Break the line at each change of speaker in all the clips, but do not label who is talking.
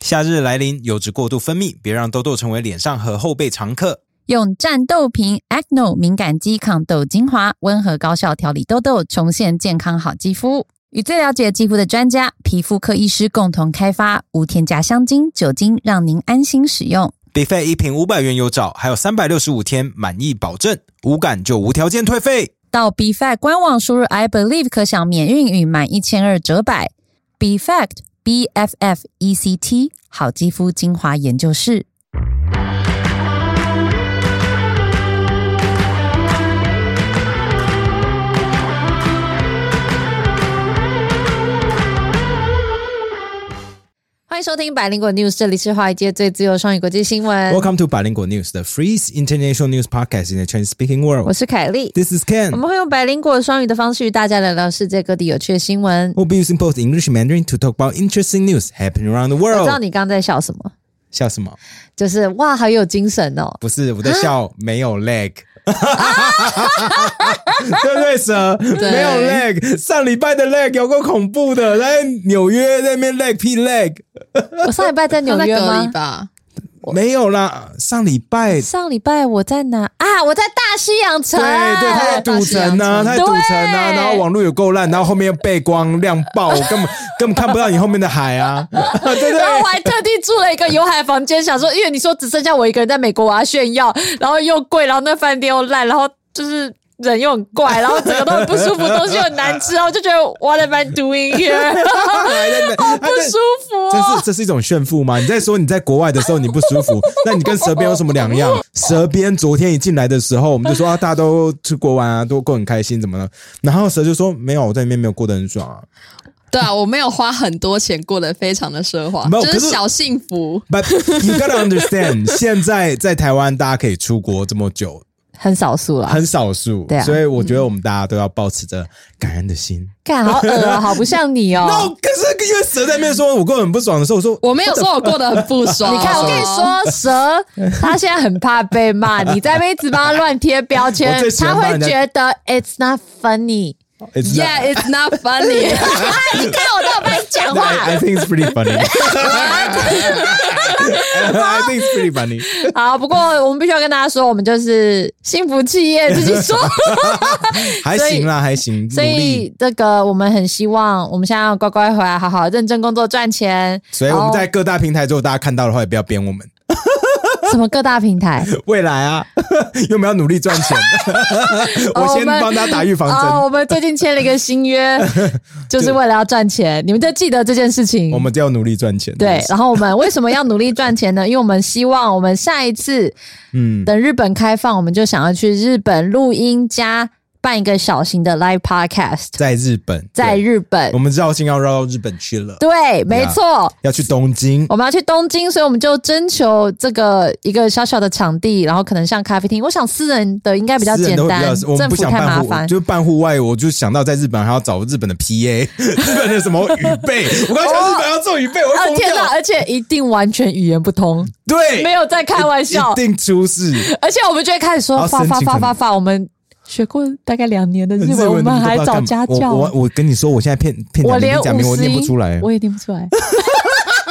夏日来临，油脂过度分泌，别让痘痘成为脸上和后背常客。
用战斗瓶 Acno 敏感肌抗痘精华，温和高效调理痘痘，重现健康好肌肤。与最了解肌肤的专家、皮肤科医师共同开发，无添加香精、酒精，让您安心使用。
比费一瓶五百元有找，还有三百六十五天满意保证，无感就无条件退费。
到 B Fact 官网输入 I believe 可享免运与满一千二折百。B Fact B F F E C T 好肌肤精华研究室。欢迎收听百灵果 News，这里是华尔街最自由双语国际新闻。
Welcome to 百灵果 News, the freest international news podcast in the Chinese-speaking
我
world.
是凯莉，
This is
我
Ken.
们会用百灵果双语的方式与大家聊聊世界各地有趣的新闻。
We'll be using both English and Mandarin to talk about interesting news happening around the
我知道
world.
你刚刚在笑什么，
笑什么？
就是哇，好有精神 哦！
不是我在笑，没有 lag。对不对，Sir？
对
没有 lag，上礼拜的 lag 有够恐怖的，在纽约那边 lag 屁 lag，
我上礼拜在纽约
他在隔离
吗？
吧？
没有啦，上礼 拜
上礼拜我在哪啊？我在大西洋城。
对对，他在赌城呐、啊，他在
对
赌城呐、啊，然后网络有够烂，然后后面又背光亮爆， 我根本根本看不到你后面的海啊，对不
然后
对
我？还特地住了一个有海房间，想说，因为你说只剩下我一个人在美国，我要炫耀，然后又贵，然后那饭店又烂，然后就是人又很怪，然后整个都很不舒服，东西又很难吃，然后就觉得 What am I doing here？
还在 那
不
还在
舒服、
这
哦
是。这是一种炫富吗？你在说你在国外的时候你不舒 服，那你跟蛇边有什么两样？蛇边昨天一进来的时候，我们就说啊，大家都出国玩啊，都过很开心，怎么了？然后蛇就说没有，我在那边没有过得很爽啊。
对啊，我没有花很多钱，过得非常的奢华，
没有
就
可
是
是
小幸福。
But you gotta understand，现 在在台湾大家可以出国这么久，
很少数啦，
很少数，
对啊
所以我觉得我们大家都要保持着感恩的心。
看好恶哦，好不像 你哦。
然后可是因为蛇在那边说我过得很不爽的时候，我说
我没有说我过得很不爽，
你看， 我跟你，
哦
说，蛇他现在很怕被骂，你在那边一直帮他乱贴标签
我最，喜
他
欢帮
会
人家
觉得 it's not funny。
It's not-
Yeah, it's not funny。
你看我都有帮你
I, I
讲话，
think it's pretty funny. I think it's pretty funny.
好，不过我们必须要跟大家说，我们就是幸福企业，自己 说。
还行啦，还行，努
所
力。
以这个我们很希望，我们现在要乖乖回来，好好认真工作赚钱。
所以我们
然后
在各大平台，如果大家看到的话，也不要编我们。
什么各大平台？
未来啊， 因为我们要努力赚 钱。我先帮他打预防
哦，
针。
我们最近签了一个 新约，就是为了要赚钱，你们就记得这件事情。
我们就要努力赚钱。
对，然后我们为什么要努力赚钱呢？因为我们希望我们下一次
嗯，
等日本开放，我们就想要去日本录音加办一个小型的 live podcast，
在日本，
在
对
日本
我。们绕境要绕到日本去了，
对，没错。
要去东京。
我们要去东京，所以我们就征求这个一个小小的场地，然后可能像咖啡厅。我想私人的应该比较
私人
简
都会比
单，
较我们
政
不
府
想
太麻
办户，
烦。
就办户外，我就想到在日本还要找日本的 PA，日本的什么语备，我刚想日本要做语备，我
啊
会疯
天哪！
掉。
而且一定完全语言不通，
对，
没有在开玩笑
一。定出事。
而且我们就会开始
然
说
后
发
申
发
请
发
可能
发发，我们学过大概两年的日文，我
你
们
们
还
都不知道
找
干嘛
家教。
我我我跟你说，我现在骗骗假
我
名
连
你假名
五
我
十
念
音
不出来。
我也念不出来。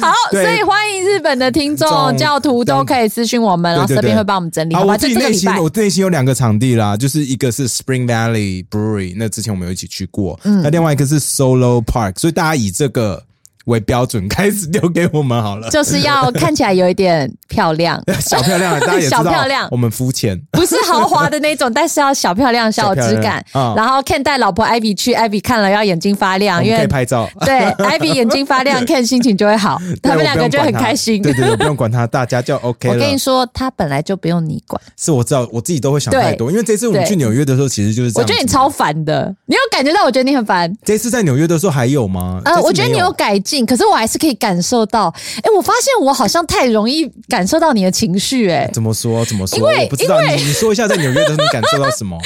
好，
对
所以欢迎日本的听众、
众
教徒都可以私讯我们，然后
对对
这边
对
会帮我们整理，
啊，
好吧？
我自
就
己
这个
内
礼
心
拜，
我内心有两个场地啦，就是一个是 Spring Valley Brewery，那之前我们有一起去过，
嗯
那另外一个是 Solo Park，所以大家以这个为标准 开始丢给我们好了。
就是要看起来有一点漂亮，
小漂亮，大家也知
小漂
道
亮
我们肤浅，
不是豪华的那种，但是要小漂亮、小有质感。
小漂亮嗯
然后 Ken 带老婆 Ivy 去，Ivy 看了要眼睛发
我
亮，啊因
们可
为
以拍照。
对 Ivy 眼睛发亮，Ken 心情就会好，他们
对
两个就会很开心。
我不用管他对对对，我不用管他，大家就 OK
我
了。
跟你说，他本来就不用你管。
是我知道，我自己都会想太多，因为这次我们
对
去纽约的时候，其实就是这
我
样子。
觉得你超烦的，你有感觉到？我觉得你很烦。
这次在纽约的时候还有吗？这
呃，
次
我觉得
没
你有
有。
改进，可是我还是可以感受到。哎，我发现我好像太容易感受到你的情绪，哎，
怎么说？怎么说？
因为
我不知道你，你说一下在纽约的时候你感受到什 么？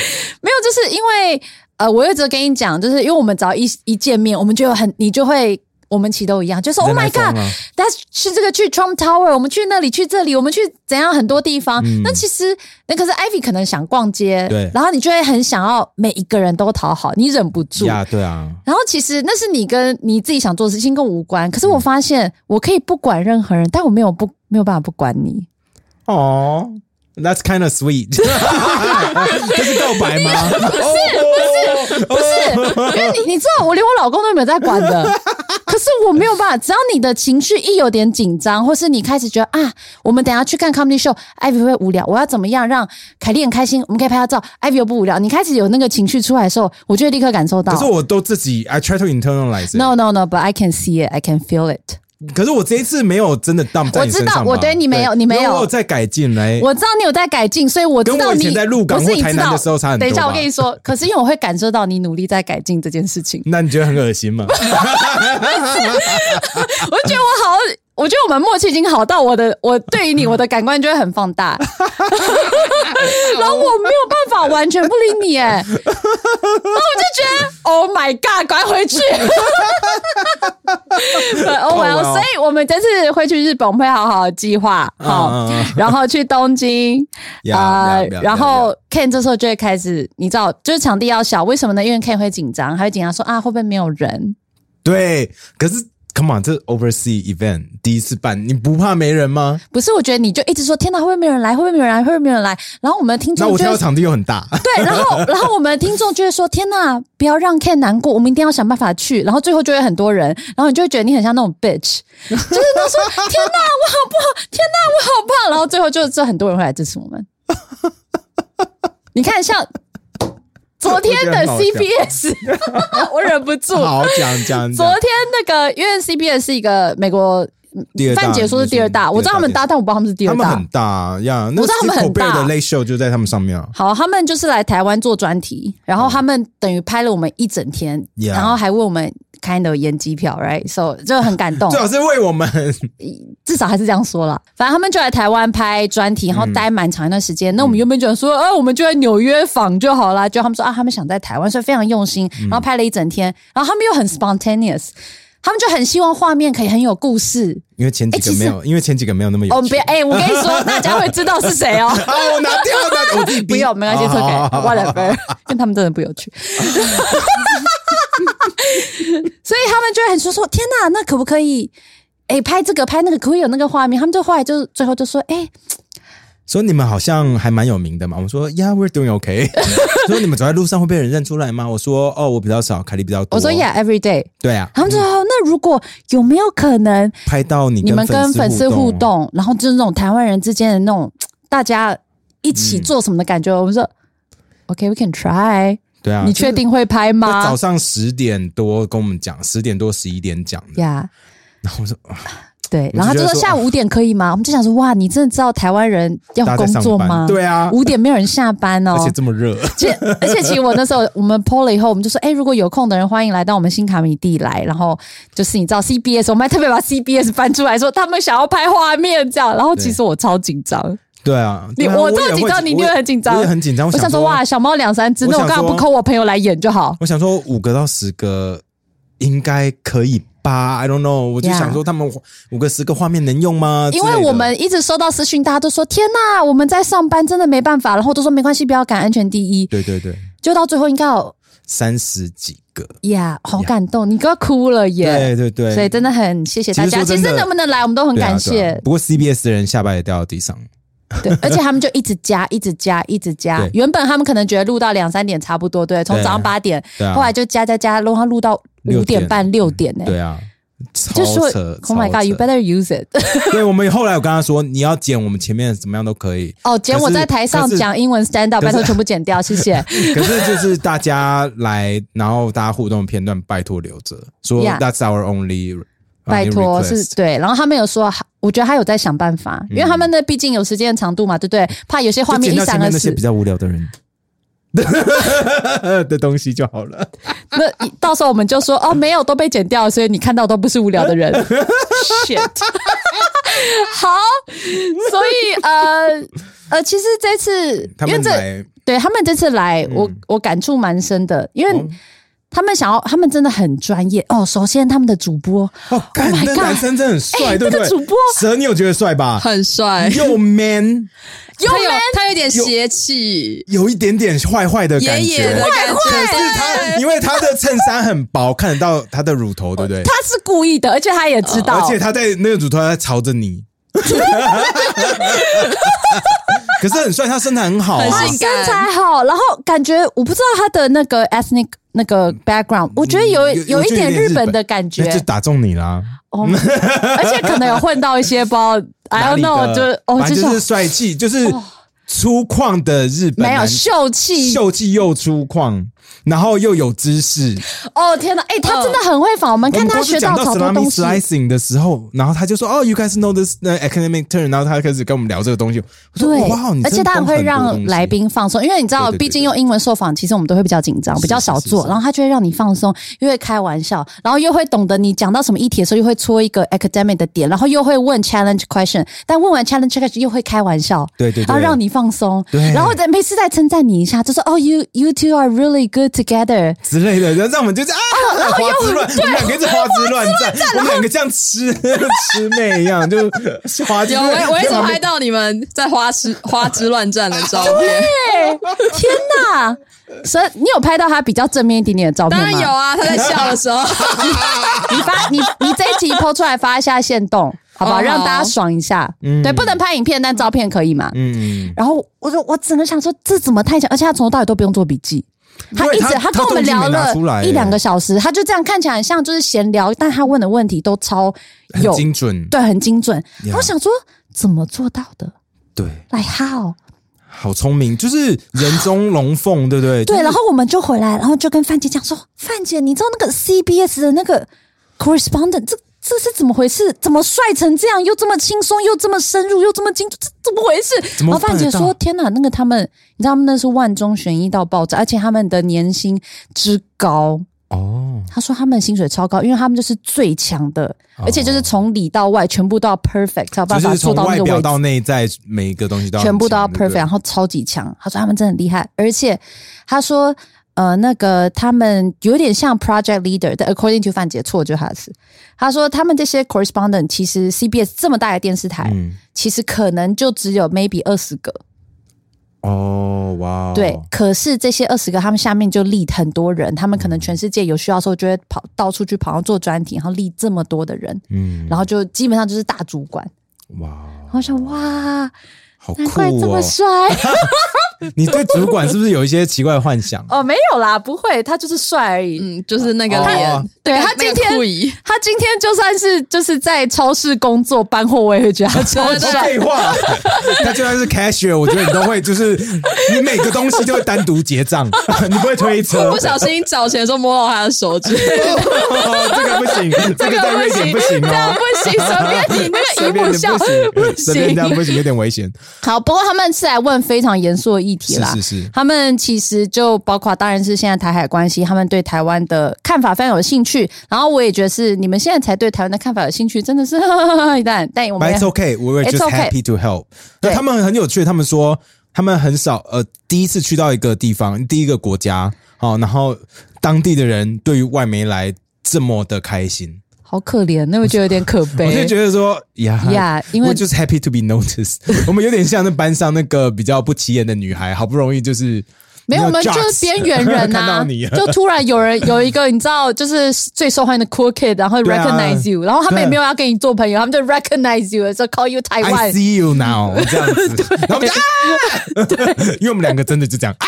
没有，就是因为呃，我一直跟你讲，就是因为我们只要一一见面，我们就有很你就会我们其实都一样，就说
人
Oh my
来疯
God，
啊
that's 去这个去 Trump Tower，我们去那里去这里，我们去怎样很多地方。
嗯
那其实那可是 Ivy 可能想逛街，
对
然后你就会很想要每一个人都讨好，你忍不住。
呀，对啊，
然后其实那是你跟你自己想做的事情跟我无关，可是我发现我可以不管任何人，但我没有不没有办法不管你。
哦。That's kind of sweet，这是告白吗？不是不是，
因为你你知道，我连我老公都没有在管的。 可是我没有办法，只要你的情绪一有点紧张，或是你开始觉得啊，我们等一下去看 comedy show，艾比会无聊，我要怎么样让凯莉很开心？我们可以拍她照，艾比又不无聊。你开始有那个情绪出来的时候，我就会立刻感受到。
可是我都自己 I try to internalize it。
No no no，but I can see it, I can feel it。
可是我这一次没有真的 dump 在你身上吧
我知道我对你没有你没有
因为我有在改进嘞。
我知道你有在改进，所以我知
Eh，跟
道
我以
你
前在鹿港
不是
或
你
台
知
南
道
的时候差很多吧
等一下，我跟你说，可是因为我会感受到你努力在改进这件事情。
那你觉得很恶心吗？
我就觉得我好，我觉得我们默契已经好到我的，我对于你我的感官就会很放大，然后我没有办法完全不理你，哎，然后我就觉得 Oh my God，赶快回去。哦，我要，
哇哦
所以我们这次会去日本，我们会好好计划， 好
嗯嗯嗯，
然后去东京，
呀
啊
呀，呀
然
呀
后 Ken 这时候就会开始，你知道，就是场地要小，为什么呢？因为 Ken 会紧张，他会紧张说啊，会不会没有人？
对，可是 Come on，这 oversea event 第一次办，你不怕没人吗？
不是，我觉得你就一直说天哪，会不会没有人来？会不会没有人来？会不会没有人来？然后我们的听
那
众
我
就
挑
会
的场地又很大，
对，然后然后我们的听众就会说天哪，不要让 Ken 难过，我们一定要想办法去。然后最后就会很多人，然后你就会觉得你很像那种 bitch，就是他说天哪，我好不好？天哪，我好胖。然后最后就这很多人会来支持我们。你看，像昨天
我觉
的
得很好笑
CBS，我忍不住。
好讲讲
昨
讲。
天那个，因为 CBS 是一个美国
第二大
范姐说是第二大，我知道他们搭，档，我不知道他们是第
第
二
二
大。
他们很大呀。那
我知道他们很
Steve Colbert
大
的 Late Show 就在他们上面啊。
好，他们就是来台湾做专题，然后他们等于拍了我们一整天
Yeah
然后还为我们 kind of 演机票，right？So 就很感 动
最，好是为我们，
至少还是这样说啦。反正他们就来台湾拍专题，然
嗯
后待蛮长一段时间。那我们原本就想说，啊，我们就在纽约访就好啦。就他们说啊，他们想在台湾，所以非常用心，
嗯
然后拍了一整天，然后他们又很 spontaneous。他们就很希望画面可以很有故事。
因为前几
哎
个
其实
没有，因为前几个没有那么
哦，
有
不
趣
要，。哎、我跟你 说，大家会知道是谁哦。
啊，我拿掉了，拿我自己逼
不用，没关系，
好
错
好
给
好好
whatever，因为他们真的不有趣。 所以他们就会很说说，天哪，那可不可以？哎、拍这个拍那个，可不可以有那个画面？他们就后来就最后就说，哎、
说你们好像还蛮有名的嘛。我们说，Yeah, we're doing okay 。 说你们走在路上会被人认出来吗？我说，哦，我比较少，凯莉比较多。
我说 Yeah，every day。
对啊，
他们就说，哦那如果有没有可能
拍到你
你们跟粉丝互
动，
动，然后就是那种台湾人之间的那种大家一起做什么的感觉？我们说，OK，we、can try。
对啊，
你确定会拍
就早
吗
上十点多跟我们讲，十点多十一点讲的。
呀
然后我说，啊
对，
我
然后他
就觉
就
得说啊
说下午五点可以吗？我们就想说，哇，你真的知道台湾人要
大
工
家在
作
上班
吗？，
对啊，
五点没有人下班哦
而。且这么热，
其实而且其实我那时候我们 PO 了以后，我们就说，哎，如果有空的人，欢迎来到我们新卡米地来。然后就是你知道 CBS，我们还特别把 CBS 搬出来说，他们想要拍画面这样。然后其实我超紧张，
对啊。
你
对啊
我
也
这么紧
会
张你一定
我也
很紧张
我也很紧张。
我想说，哇，，小猫两三只，
我
那我
想
干嘛
说
不抠我朋友来演就好？
我想说五个到十个应该可以吧？I don't know，我就
Yeah
想说他们五个十个画面能用吗？
因为
之类的
我们一直收到私讯，大家都说天呐，我们在上班真的没办法，然后都说没关系，不要赶，安全第一。
对对对，
就到最后应该有
三十几个。
呀好感动，你都要哭了耶！
对对对，
所以真的很谢谢大
其
家。其
实说真的
实能不能来，我们都很
对啊
感
对啊
谢。
不过 CBS 的人下巴也掉到地上，
对， 而且他们就一直加，一直加，一直加
对。
原本他们可能觉得录到两三点差不多，对，从
对
早上八点，
对啊，
后来就加加加，然后录到五
六点
点半六点呢。
对啊，
就
超
说
扯
，Oh my
超
God，you
扯
better use it。
对我们后来我跟他说，你要剪我们前面怎么样都可 以，
哦，剪我在台上
可是
讲英文 stand up，
可
拜
是
托全部剪 掉，谢谢。
可是就是大家来，然后大家互动的片段，拜托留着，说
Yeah
That's our only，only
拜托，是
request
对。然后他们有说，我觉得他有在想办法，因为他们那毕竟有时间长度嘛，对不对？怕有些画
嗯就剪
面一
掉前
闪
面
而
那些
逝
比。较无聊的 人的东西就好了。
那到时候我们就说哦，没有都被剪掉了，所以你看到都不是无聊的 人。Shit，好，所以呃呃，其实这次
他
因为
们
这
来
对他们这次来，我我感触蛮深的，因为。他们想要，他们真的很专业哦。首先，他们的主播
哦，干
Oh my
那
God
男生真的很帅，
哎
对不
这
对？
个主播
蛇，你有觉得帅吧？
很帅，
又 man，
又
他有
man
他有点邪气，
有一点点坏坏的
爷
感
爷
觉
的。感
可是
觉，
他，因为他的衬衫很薄，看得到他的乳头，对不对？
他是故意的，而且他也知道，
哦而且他在那个乳头在朝着你， 可是很帅，他身材很好、啊，
很性
身
感
材好，然后感觉我不知道他的那个 ethnic 那个 background，我觉得有有一点日本的感觉
那，就打中你啦。
哦，而且可能有混到一些包
哪
，I don't
里
know，
的
就是哦，
反正就是
是
帅气，就是粗犷的日本
没有
男，
秀气。
秀气又粗犷，然后又有知识。
哦天哪，哎，他真的很会仿，我们
呃我
看
们
他
光
学
是讲到
好多东
salami
西。
slicing 的时候，然后他就说：“哦，you guys know this 呃 academic term。”然后他开始跟我们聊这个东西。我说：“
对
哇，你，
而
真
且
的
他
懂
很会
多东
让
西
来宾放松，因为你知道，
对对对
毕竟用英文受访，其实我们都会比较紧张，比较少
是
做，
是
然后他就会让你放松，又会开玩笑，然后又会懂得你讲到什么议题的时候，又会戳一个 academic 的点，然后又会问 challenge question，但问完 challenge question 又会开玩笑，
对对对
然后让你放松，
对
然后再每次再称赞你一下，就说哦，you you two are really good together，
之类的，然后让我们就是啊，
哦
花枝乱，我们两个一直花枝乱颤，我们两个像吃 吃妹一样，就花枝
有
乱
我我一直
在旁边
拍到你们在花枝 花枝乱颤的照片，
对，天哪！所以你有拍到他比较正面一点点的照片
当
吗？
然有啊，他在笑的 时候，
你发你你这一集抛出来发一下现动，好不好？
哦好
让大家爽一下。
嗯
对，不能拍影片，但照片可以嘛？
嗯，
然后我就我整个想说，这怎么太强？而且他从头到尾都不用做笔记，他一直
对他
跟我们聊
他东西没拿出
了
来
一两个小时，他就这样看起来很像就是闲聊，但他问的问题都超
很
有
精准，
对，很精准。
Yeah
然后想说怎么做到的
对，
？Like how？
好聪明，就是人中龙凤，对不对？
对，然后我们就回来，然后就跟范姐讲说：“范姐，你知道那个 CBS 的那个 correspondent 这这是怎么回事？怎么帅成这样？又这么轻松，又这么深入，又这么精，这怎么回事？”
怎
然
么
后范姐
办得
说
到：“
天哪，那个他们，你知道他们那是万中选一到爆炸，而且他们的年薪之高。”
哦，
他说他们的薪水超高，因为他们就是最强的，而且就是从里到外全部都要 perfect，才
就
有办法
是
做
从
到那
外
个位
表
置。
到内在，每一个东西都要
全部都要
很强对
perfect，
不对
然后超级强。他说他们真的很厉害，而且他说呃，那个他们有点像 project leader，但 according to 范姐错就是他的词。他说他们这些 correspondent 其实 CBS 这么大的电视台，
嗯，
其实可能就只有 maybe 二十个，
哦，哇，
对。可是这些二十个，他们下面就立很多人，他们可能全世界有需要的时候就会跑到处去跑，然后做专题，然后立这么多的人，
嗯，
然后就基本上就是大主管。
哇，
然后想哇，
好
难怪
酷
这么
哦！
帅。
你对主管是不是有一些奇怪的幻想？
哦，没有啦，不会，他就是帅而已。
嗯，就是那个
哦
脸，
对
那个
他今
那个
天
酷姨
他今天就算是就是在超市工作搬货，我也会觉 得他超
对对
帅。
哦废话， 他就算是 cashier，我觉得你都会， 就是你每个东西都会单独结账，你不会推车
不。小心找钱的时候摸到他的手指，
哦这个不 行，这个在瑞典不行
这样
哦，
不行，随便你那个姨
随
母
便这
笑
样不行，随便这样
行。
不行，有点危险。
好，不过他们是来问非常严肃的议题
是
啦。
是是，
他们其实就包括，当然是现在台海关系，他们对台湾的看法非常有兴趣。然后我也觉得是你们现在才对台湾的看法有兴趣，真的是 但但我们
But
也
it's okay, we were
It's
just
okay.
happy to help. 那
对
他们很有趣，他们说他们很少呃，第一次去到一个地方，第一个国家，哦，然后当地的人对于外媒来这么的开心，
好可怜，那我觉得有点可
我就
悲。
觉得说呀
呀，因为
我就是 happy to be noticed。我 们有点像那班上那个比较不起眼的女孩，好不容易就是
没有，我们就是边缘人
看
呐、
到你
就突然有人有一个你知道，就是最受欢迎的 cool kid，然后
对啊
recognize you，、然后他们
对
也没有要跟你做朋友，他们就 recognize you，说 call you
I
Taiwan。
see you now 这样子，然后我们就啊， 因为我们两个真的就这样，啊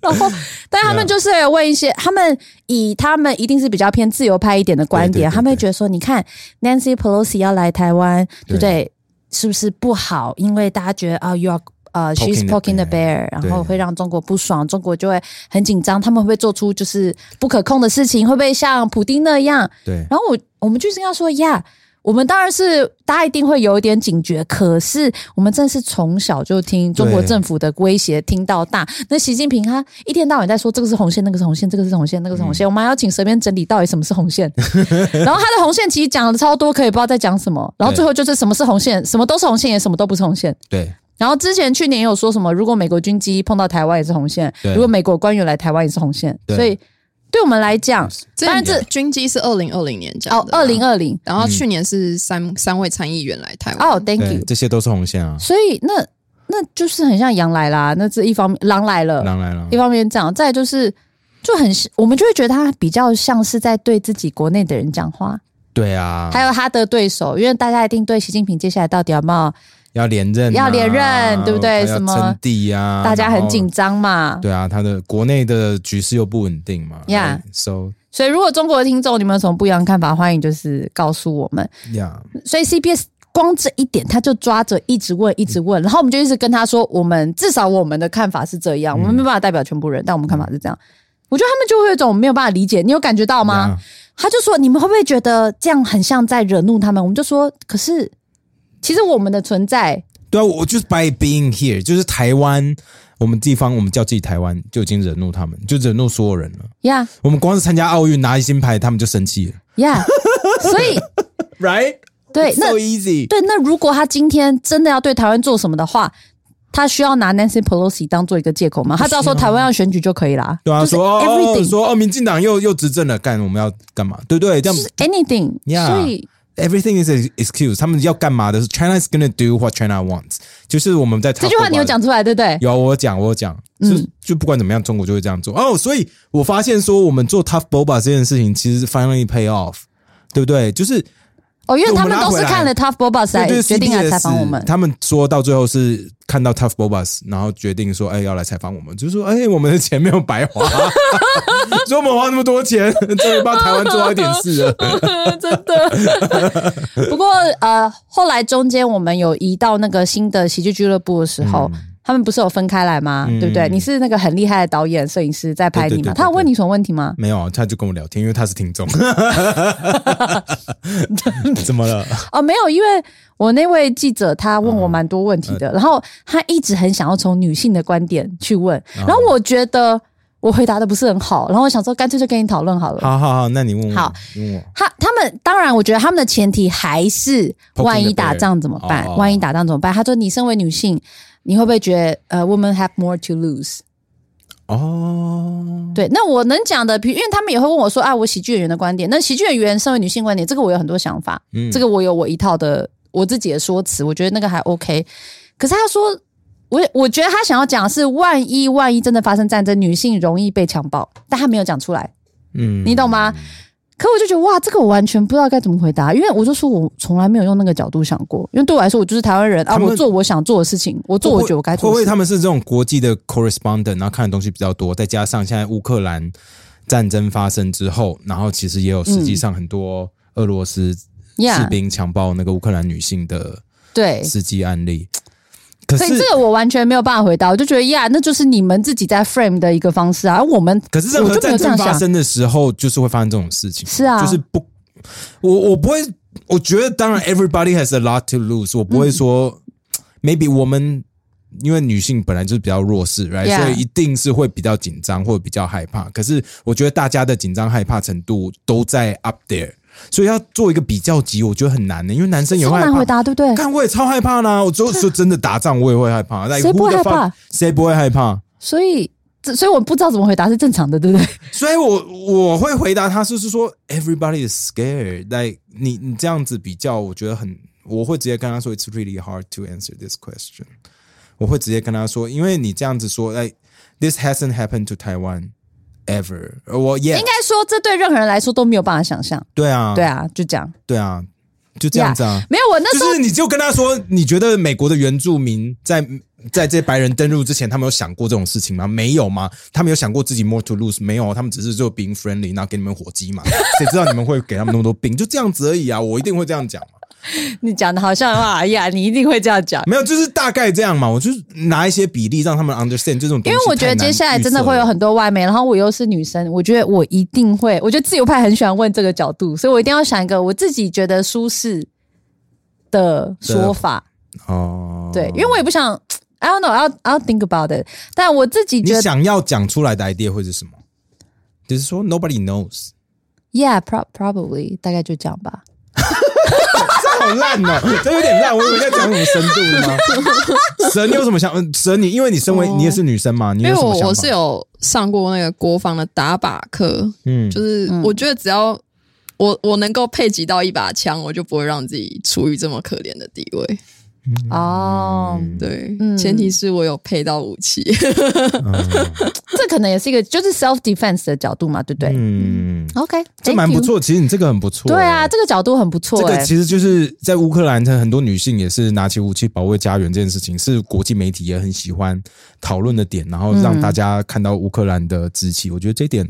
然后，但
啊
他们就是问一些，他们以他们一定是比较偏自由派一点的观
对
点，
对对
他们会觉得说，你看 Nancy Pelosi 要来台湾，对
对
不对？是不是不好？因为大家觉得啊、y o u are 呃、s h e s
Poking the
poking the bear，然
对
后会让中国不爽，中国就会很紧张，他们会不会做出就是不可控的事情？会不会像普丁那样？
对，
然后我我们就是要说呀。我们当然是，大家一定会有一点警觉。可是我们真的是从小就听中国
对
政府的威胁听到大。那习近平他一天到晚在说这个是红线，那个是红线，这个是红线，那个是红
嗯
线。我们还要请随便整理到底什么是 红线。然后他的红线其实讲了超多，可以不知道在讲什么。然后最后就是什么是红线，什么都是红线，也什么都不是红线。
对，
然后之前去年也有说什么，如果美国军机碰到台湾也是红线，
对
如果美国官员来台湾也是红线，
对
所以对我们来讲，当然
但
这
这军机是二零二零年讲
哦，
的啊
二零，二零
然
嗯
后去年是三三位参议员来台湾，
哦，Thank
对，
you，
这些都是红线啊，
所以那那就是很像羊来啦，那这一方面狼来了，
当然了
一，方面这样，再来就是就很是我们就会觉得他比较像是在对自己国内的人讲话，
对啊，
还有他的对手，因为大家一定对习近平接下来到底有没有，
要连任啊，
要连任对不对
要
什么
称帝呀，
大家
然
很
后
紧张嘛。
对啊，他的国内的局势又不稳定嘛
Yeah
，Yeah，so
所以如果中国的听众你们有什么不一样的看法，欢迎就是告诉我们。
yeah，
所以 CBS 光这一点，他就抓着一直问，一直问，然后我们就一直跟他说，我们至少我们的看法是这样，
嗯
我们没办法代表全部人，但我们看法是这样。我觉得他们就会有一种没有办法理解，你有感觉到吗？他就说：“你们会不会觉得这样很像在惹怒他们？”我们就说：“可是，其实我们的存在，
对啊，我就是 by being here，就是台湾，我们地方，我们叫自己台湾，就已经惹怒他们，就惹怒所有人了。
呀
我们光是参加奥运拿一金牌，他们就生气了
呀，所以
，right？
对
It's
那
so easy，
对那如果他今天真的要对台湾做什么的话，他需要拿 Nancy Pelosi 当做一个借口吗？他只要说台湾要选举就可以啦，
对啊，
就是
说哦哦
everything
说哦，民进党又又执政了，干我们要干嘛？对不对？这样
就是 anything，
Yeah
所以
everything is an excuse，他们要干嘛的是 China is gonna do what China wants，就是我们在
这句话
Taco
你有
Bell
讲出嗯来对不对？
有我有讲，我有讲，就、就不管怎么样，中国就会这样做哦。所以我发现说，我们做 Tough Boba 这件事情，其实 finally pay off，对不对？就是
哦，因为他们
我们拉
都
回
是
来
看了 Tough Boba 才
就是
决定来采访
CBS
我们。
他们说到最后是看到 Tough Boba，然后决定说，哎，要来采访我们，就是说，哎，我们的钱没有白花， 所以我们花那么多钱，终于帮台湾做到一点事了。
真的。 不过呃，后来中间我们有移到那个新的喜剧俱乐部的时候。
嗯
他们不是有分开来吗？对不对？你是那个很厉害的导演、摄影师在拍
对
你
对
嘛？
对对
他有问你什么问题吗？
没有，啊他就跟我聊天，因为他是听 众。 怎么了？
哦，没有，因为我那位记者他问我蛮多问题
嗯
的，然后他一直很想要从女性的观点去问，
啊
然后我觉得我回答的不是很好，然后我想说干脆就跟你讨论好了。
好好好，那你问我，
好
你问我。
他他们当然，我觉得他们的前提还是
Poking
万
the
一
bear
打仗怎么办？
哦
万一打仗怎么办？他说：“你身为女性，你会不会觉得呃，women have more to lose？”
哦，
对，那我能讲的，比因为他们也会问我说：“啊，我喜剧演员的观点。”那喜剧演员身为女性观点，这个我有很多想法，
嗯
这个我有我一套的我自己的说辞，我觉得那个还 OK。可是他说，我我觉得他想要讲的是，万一万一真的发生战争，女性容易被强暴，但他没有讲出来。
嗯
你懂吗？可我就觉得哇，这个我完全不知道该怎么回答，因为我就说我从来没有用那个角度想过，因为对我来说，我就是台湾人啊，
他们
我做我想做的事情，我做我觉得我该
会
做
不
的
会
事
他
情。
们是这种国际的 correspondent，然后看的东西比较多，再加上现在乌克兰战争发生之后，然后其实也有实际上很多俄罗斯士
Yeah，
兵强暴那个乌克兰女性的
对，
实际案例。可
所
是
以这个我完全没有办法回答，我就觉得呀，那就是你们自己在 frame 的一个方式啊，而我们
可是任
我
何
就没
战
有这
争
样
发
想，
生的时候，就是会发生这种事情。
是啊
就是不，我我不会，我觉得当然 everybody has a lot to lose，我不会说、maybe
嗯
我们。因为女性本来就是比较弱势，right？、
Yeah
所以一定是会比较紧张或者比较害怕。可是我觉得大家的紧张害怕程度都在 up there，所以要做一个比较级，我觉得很难的、因为男生也
超
会害
难
怕
回。答，对不对？
看我也超害怕啦、我就说真的打仗我也会害怕，那
啊谁不会害怕？
谁不会害怕？
所以这所以我不知道怎么回答是正常的，对不 对？
所以我我会回答他，就是说，everybody is scared，like 你你这样子比较，我觉得很，我会直接跟他说，it's really hard to answer this question。我会直接跟他说，因为你这样子说，like this hasn't happened to Taiwan ever。我 yeah，
应该说这对任何人来说都没有办法想象，
对啊，
对啊，就这样。
对啊，就这样子啊。
没有，我那时
就
候
是你就跟他说，你觉得美国的原住民在在这些白人登陆之前，他们有想过这种事情吗？没有吗？他们有想过自己 more to lose 没有？他们只是做 being friendly，然后给你们火鸡嘛？ 谁知道你们会给他们那么多病？就这样子而已啊！我一定会这样讲嘛？
你讲的好像哇呀，你一定会这样讲。
没有，就是大概这样嘛。我就是拿一些比例让他们 understand 这种东西
因为我觉得接下来真的会有
太难预测了
很多外媒，然后我又是女生，我觉得我一定会，我觉得自由派很喜欢问这个角度，所以我一定要想一个我自己觉得舒适的说法。
哦，
对，因为我也不想，I don't know，I'll I'll think about it。但我自己
你
觉得
想要讲出来的 idea 会是什么？就是说 nobody knows，
，Yeah，pro probably 大概就这样吧。
这好烂哦、这有点烂。我以为在讲什么深度 呢？蛇，你有什么想？嗯蛇，你因为你身为、
哦
你也是女生嘛，你
因
有
为
什么
我
想法？
我是有上过那个国防的打靶课，
嗯，
就是我觉得只要我我能够配给到一把枪，我就不会让自己处于这么可怜的地位。
嗯
哦，
对，
嗯
前提是我有配到武器。
这可能也是一个就是 self defense 的角度嘛，对不对
嗯，
？OK，
哎
这蛮不。错。其实你这个很不错、哎
对啊，。这个角度很不错
这个
哎。
其实就是在乌克兰，很多女性也是拿起武器保卫家园这件事情，是国际媒体也很喜欢讨论的点，然后
嗯
让大家看到乌克兰的志气。我觉得这一点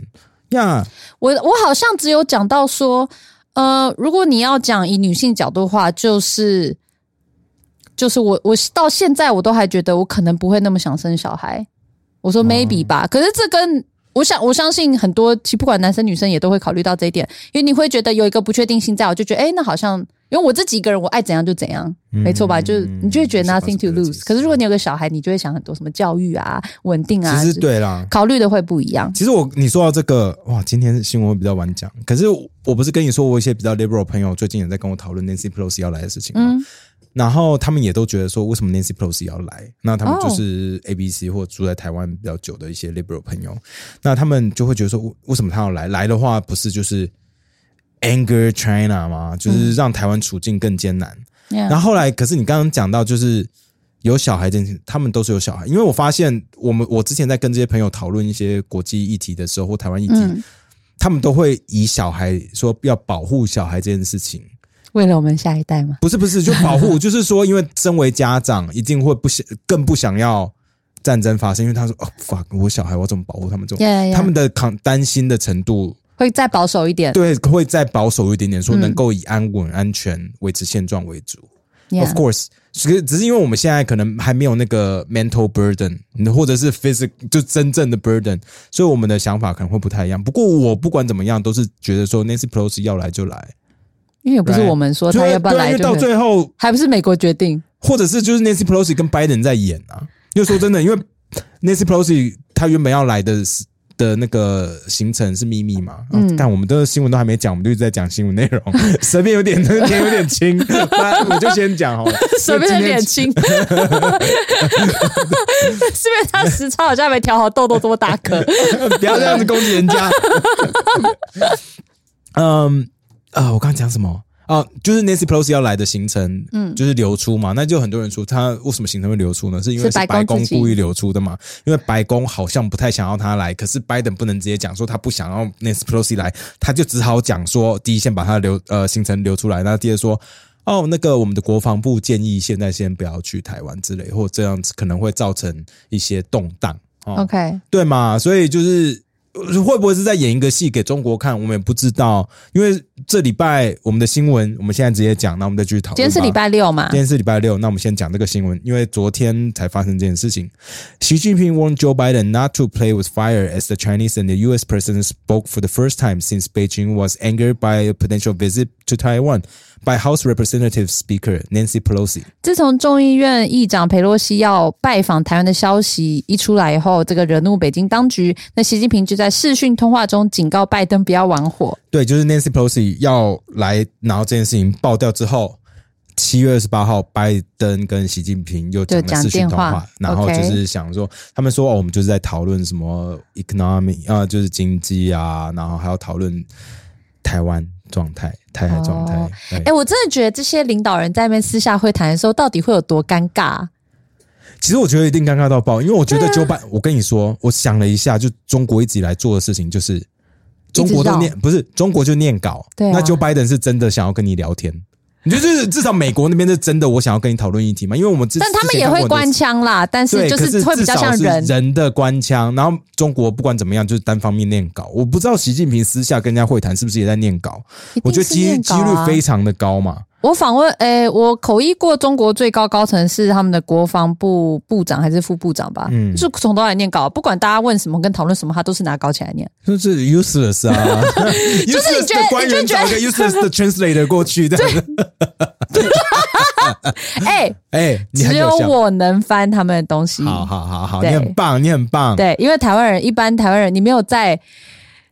啊
呀，
我我好像只有讲到说，呃，如果你要讲以女性角度的话，就是就是我我到现在我都还觉得我可能不会那么想生小孩。我
哦
说 maybe 吧，可是这跟我想我相信很多，其实不管男生女生也都会考虑到这一点，因为你会觉得有一个不确定性在，我就觉得哎、诶那好像。因为我自己一个人，我爱怎样就怎样，没错吧？就是你就会觉得
嗯是吧
nothing to
是吧
lose。可是如果你有个小孩，你就会想很多什么教育啊、稳定啊，
其实对啦，
考虑的会不一样。
其实我你说到这个，哇，今天新闻会比较晚讲。可是我我不是跟你说，我有一些比较 liberal 朋友最近也在跟我讨论 Nancy Pelosi 要来的事情
嗯
吗？然后他们也都觉得说，为什么 Nancy Pelosi 要来？那他们就是 A、B、C 或住在台湾比较久的一些 liberal 朋友，那他们就会觉得说，为什么他要来？来的话不是就是 anger China 吗？就是让台湾处境更艰难。
然
然后后来，可是你刚刚讲到，就是有小孩这件事，他们都是有小孩，因为我发现我们我之前在跟这些朋友讨论一些国际议题的时候，或台湾议题，
嗯
他们都会以小孩说要保护小孩这件事情，
为了我们下一代嘛。
不是不是就保 护，就是说，因为身为家长，一定会不想更不想要战争发生，因为他说哦 fuck，我小孩我怎么保护他们这种
Yeah, yeah.
他们的抗担心的程度
会再保守一点。
对，会再保守一点点，说
嗯
能够以安稳、安全维持现状为主。Of
Yeah.
course，只是只是因为我们现在可能还没有那个 mental burden，或者是 physical 就真正的 burden，所以我们的想法可能会不太一样。不过我不管怎么样，都是觉得说 Nancy Pelosi 要来就来，
因为也不是我们说
就
他
是
要不要
对啊
来
因
就
为到
是，
最后，
还不是美国决定。
或者是就是 Nancy Pelosi 跟 Biden 在演啊。因为说真的，因为 Nancy Pelosi 她原本要来的是的那个行程是秘密嘛，嗯，但我们的新闻都还没讲，我们就一直在讲新闻内容， 舌边有点那天有点轻， 那我就先讲好了，
随便的
因为今天
脸 青，是因为他时差好像还没调好，痘痘这么大 颗。
不要这样子攻击人家。 嗯啊，我刚刚讲什么？啊，就是 Nancy Pelosi 要来的行程，嗯，就是流出嘛，那就很多人说他为什么行程会流出呢？是因为
是白
是
宫
白宫
自己
故意流出的嘛？因为白宫好像不太想要他来，可是拜登不能直接讲说他不想要 Nancy Pelosi 来，他就只好讲说，第一先把他流呃行程流出来，那第二说。哦，那个我们的国防部建议现在先不要去台湾之类，或这样子可能会造成一些动荡。哦
OK，
对嘛？所以就是呃会不会是在演一个戏给中国看，我们也不知道。因为这礼拜我们的新闻，我们现在直接讲，那我们再继续讨论吧。
今天是礼拜六嘛
今？天是礼拜六，那我们先讲这个新闻，因为昨天才发生这件事情。习近平 warned Joe Biden not to play with fire as the Chinese and the U.S. president spoke for the first time since Beijing was angered by a potential visit to Taiwan by House Representative Speaker Nancy Pelosi。
自从众议院议长佩洛西要拜访台湾的消息一出来以后，这个惹怒北京当局。那习近平就在视讯通话中警告拜登不要玩火。
对，就是 Nancy Pelosi 要来，然后这件事情爆掉之后，七月二十八号，拜登跟习近平又讲
就
了
讲
视讯
电
通
话
话，然后就
OK
是想说，他们说哦，我们就是在讨论什么 economy 啊，就是经济啊，然后还要讨论台湾状态、台海状态。
哦
对
哎、我真的觉得这些领导人在那边私下会谈的时候，到底会有多尴尬啊、
其实我觉得一定尴尬到爆，因为我觉得九百、我跟你说，我想了一下，就中国一直以来做的事情就是。中国都
绕
念不是中国就念稿，
对啊
那 Joe Biden 是真的想要跟你聊天，你就是至少美国那边是真的我想要跟你讨论议题嘛，因为我们之
但他们也会官，腔啦，但
之前看过很多次对，
是就是
可
会比较像
至少
人
是。人的官腔，然后中国不管怎么样就是单方面念稿，我不知道习近平私下跟人家会谈是不是也在念稿，
一定是
我觉得几
念
几
稿啊
率非常的高嘛，
我访问，诶、我口译过中国最高高层是他们的国防部部长还是副部长吧？
嗯
就是从头来念稿，不管大家问什么跟讨论什么，他都是拿稿起来念。
就是 useless 啊，就是
你觉得
官
你就
员
觉
找
得
一 个 useless 的 translator 过去这样子。
哎、
哎、 你很
只有
效
我能翻他们的东西。
好好好好，你
对
很棒，你很棒。
对，因为台湾人一般台湾人，你没有在。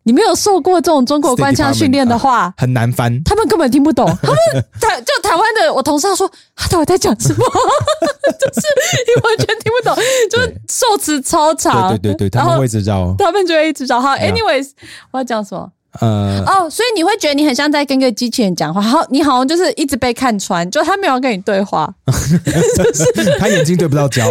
你没有受过这种中国官腔训练的话，
很难翻。
他们根本听不懂。 他们台就台湾的，我同事他说他到底在讲什么， 就是你完全听不懂，就是受词超长。
对对对对，他
然
们
后
会知道。
他们就会一直找他。
对啊
Anyways，我要讲什么？
呃，
哦，所以你会觉得你很像在跟一个机器人讲话，好，你好像就是一直被看穿，就他没有要跟你对话。
他眼睛对不到焦。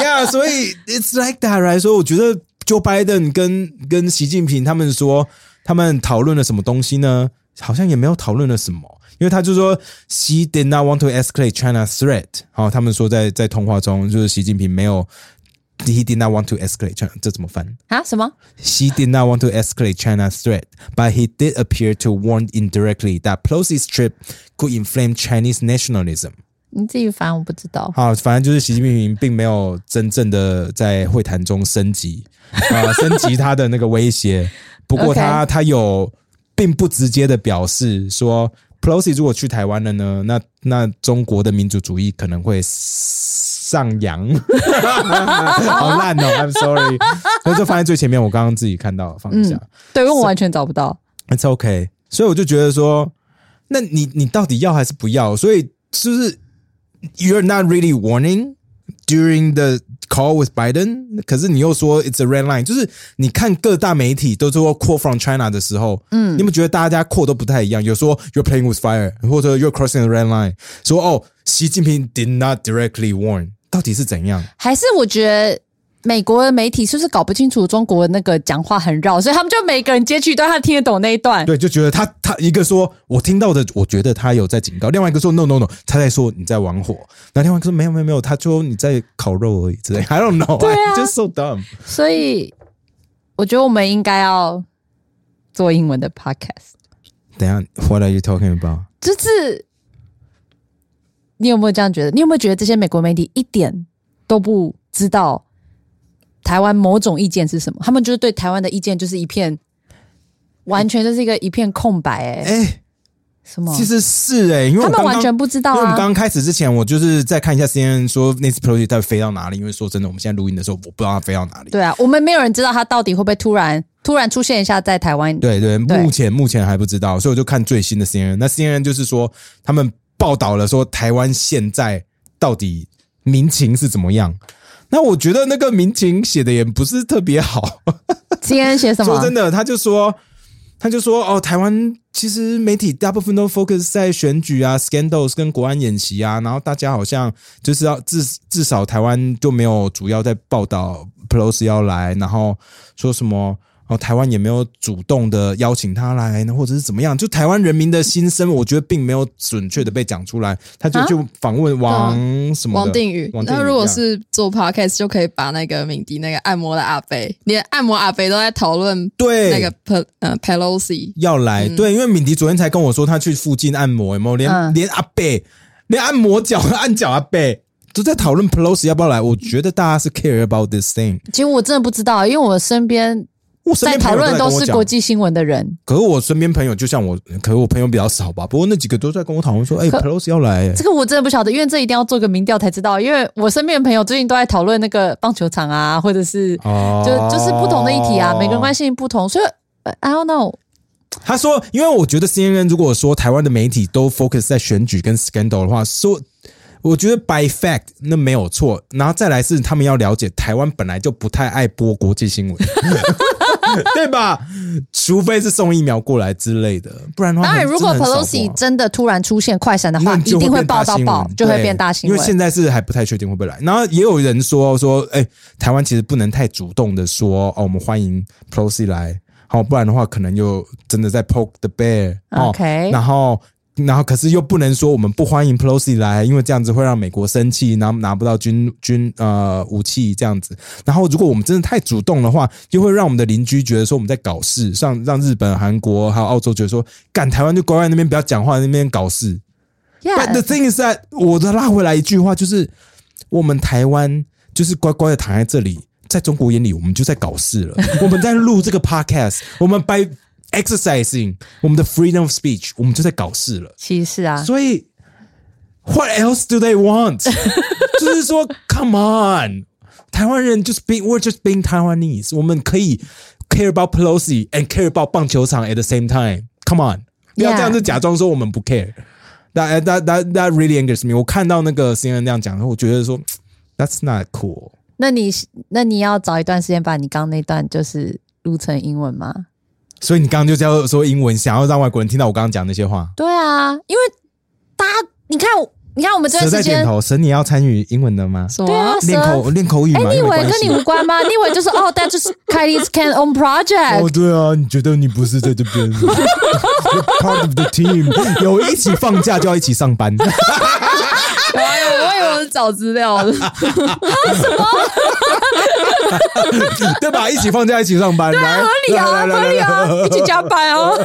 yeah，所以 it's like that，right？所以我觉得 Joe Biden 跟跟习近平他们说，他们讨论了什么东西呢？好像也没有讨论了什么。因为他就说，She did not want to escalate China's threat。好，他们说在在通话中，就是习近平没有，He did not want to escalate China，这怎么翻？
啊？什么？
She did not want to escalate China's threat, but he did appear to warn indirectly that Pelosi's trip could inflame Chinese nationalism.
你自己烦，我不知道。
好，反正就是习近平并没有真正的在会谈中升级啊、升级他的那个威胁。不过他他有并不直接的表示说，Pelosi 如果去台湾了呢，那那中国的民主主义可能会上扬。好烂哦，I'm sorry。那就放在最前面，我刚刚自己看到放一下。
对，因为我完全找不到。
It's okay。所以我就觉得说，那你你到底要还是不要？所以就是 You're not really warning during the call with Biden，可是你又说 It's a red line。就是你看各大媒体都说 “call from China” 的时候，嗯，你们觉得大家 call 都不太一样？有说 “You're playing with fire”，或者 “You're crossing the red line”，说哦，习近平 did not directly warn，到底是怎样？
还是我觉得美国的媒体是不是搞不清楚中国那个讲话很绕，所以他们就每个人截取一段他听得懂那一段。
对，就觉得他他一个说我听到的，我觉得他有在警告；，另外一个说 no no no，他在说你在玩火；，那另外一个说没有没有没有，他说你在烤肉而已 之类。I don't know，
对啊
I'm，just so dumb。
所以我觉得我们应该要做英文的 podcast，
等一下，What are you talking about？
就是你有没有这样觉得？你有没有觉得这些美国媒体一点都不知道台湾某种意见是什么？他们就是对台湾的意见就是一片，完全就是一个一片空白、欸。哎，
哎、
什么？
其实是哎、因为我
他们
刚刚
完全不知道
因为我
啊
们刚。刚开始之前，我就是在看一下 CNN 说那次 project 到底飞到哪里。因为说真的，我们现在录音的时候，我不知道它飞到哪里。
对啊，我们没有人知道他到底会不会突然突然出现一下在台湾。
对对，
对
目前目前还不知道，所以我就看最新的 CNN。那 CNN 就是说，他们报道了说台湾现在到底民情是怎么样。那我觉得那个民情写的也不是特别好。
今天写什么
说？真的，他就说，他就说，哦，台湾其实媒体大部分都 focus 在选举啊、scandals 跟国安演习啊，然后大家好像就是要至至少台湾就没有主要在报道 Pelosi 要来，然后说什么。哦，台湾也没有主动的邀请他来，或者是怎么样？就台湾人民的心声，我觉得并没有准确的被讲出来。他就
啊
就访问王什么的
啊王定宇
王，定宇
那如果
这样
是做 podcast 就可以把那个敏迪那个按摩的阿贝，连按摩阿贝都在讨论
对
那个 Pel 呃 Pelosi，
要来，对，因为敏迪昨天才跟我说，他去附近按摩，有没有？连、
嗯
连阿贝，连按摩脚、按脚阿贝都在讨论 Pelosi 要不要来。我觉得大家是 care about this thing。
其实我真的不知道，因为我身边
我身
在
边
讨
朋友
论的
都在
都
跟我
是
讲
国，际新闻的人。
可是我身边朋友就像我，可是我朋友比较少吧。不过那几个都在跟我讨论说，哎、
可
p e l o s i 要来、
这个我真的不晓得，因为这一定要做个民调才知道。因为我身边的朋友最近都在讨论那个棒球场啊，或者是
哦
就就是不同的议题啊，每个人关
系。
心不同，所以呃 I don't know。
他说，因为我觉得 CNN 如果说台湾的媒体都 focus 在选举跟 scandal 的话，说我觉得 by fact 那没有错，然后再来是他们要了解台湾本来就不太爱播国际新闻， 对吧？除非是送疫苗过来之类的，不然的话
当
很，
然，如果
真的很少播啊
Pelosi 真的突然出现快闪的话，
那
一
就
定会
变
报
大
到
新闻
爆，就会
对
变大新
因
闻。
为现在是还不太确定会不会来。然后也有人说说，哎、台湾其实不能太主动的说哦，我们欢迎 Pelosi 来，好、不然的话可能又真的在 poke the bear 哦。
OK
然后。然后，可是又不能说我们不欢迎 Pelosi 来，因为这样子会让美国生气，然后拿不到军军呃武器这样子。然后，如果我们真的太主动的话，就会让我们的邻居觉得说我们在搞事，让让日本、韩国还有澳洲觉得说，干台湾就乖乖那边不要讲话，那边搞事。But the
yeah,
thing is that 我的拉回来一句话就是，我们台湾就是乖乖的躺在这里，在中国眼里我们就在搞事了。我们在录这个 podcast，我们 by exercising 我们的 freedom of speech，我们就在搞事了。
其实啊，
所以，what else do they want？就是说，come on。台湾人就是 being we're just being Taiwanese，我们可以 care about Pelosi and care about 棒球场 at the same time。Come on，不要
Yeah
这样子假装说我们不 care。That that that that really angers me。我看到那个 CNN 那样讲，然后我觉得说 that's not cool。
那你那你要找一段时间把你刚刚那段就是录成英文吗？
所以你刚刚就叫说英文，想要让外国人听到我刚刚讲那些话。
对啊，因为大家你看你看我们这
蛇
段
在
时
点
间，
头，蛇你要参与英文的吗？
什
对啊
么？，
练
蛇
口练口语
哎、
嘛，
你以
又没
为
关
跟
系
你无关 吗？你以为就是哦，但就是 Kylie's Can Own Project，、
哦，对啊，你觉得你不是在这边 part of the team，有一起放假就要一起上班，
我还以为我以哎为我是找 资料的，
哎
对吧？一起放假一起上班，来合
合理啊，合理啊，一起加 班哦。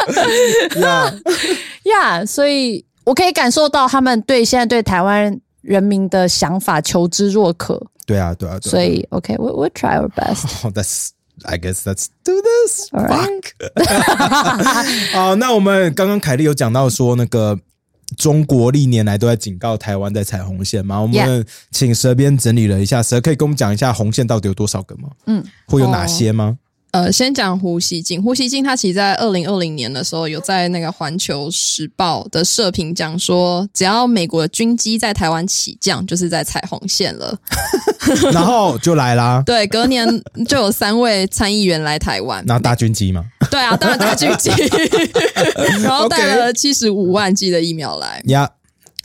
呀所以我可以感受到他们对现在对台湾人民的想法求知若渴。
对啊，对啊，对
所
啊。
以，OK，we we try our best。
哦 that's I guess let's do this.
All right
Fuck. 好，那我们刚刚凯莉有讲到说那个。中国历年来都在警告台湾在踩红线嘛，我们
Yeah
请蛇边整理了一下，蛇可以跟我们讲一下红线到底有多少个吗？嗯
嗯，
会有哪些吗？
呃，先讲胡锡进。胡锡进他其实在二零二零年的时候，有在那个《环球时报》的社评讲说，只要美国的军机在台湾起降，就是在踩红线了。
哦
然后就来啦，
对，隔年就有三位参议员来台湾。
然后搭军机嘛，
对啊，当然大军机， 然后带
OK
了七十五万剂的疫苗来。
呀、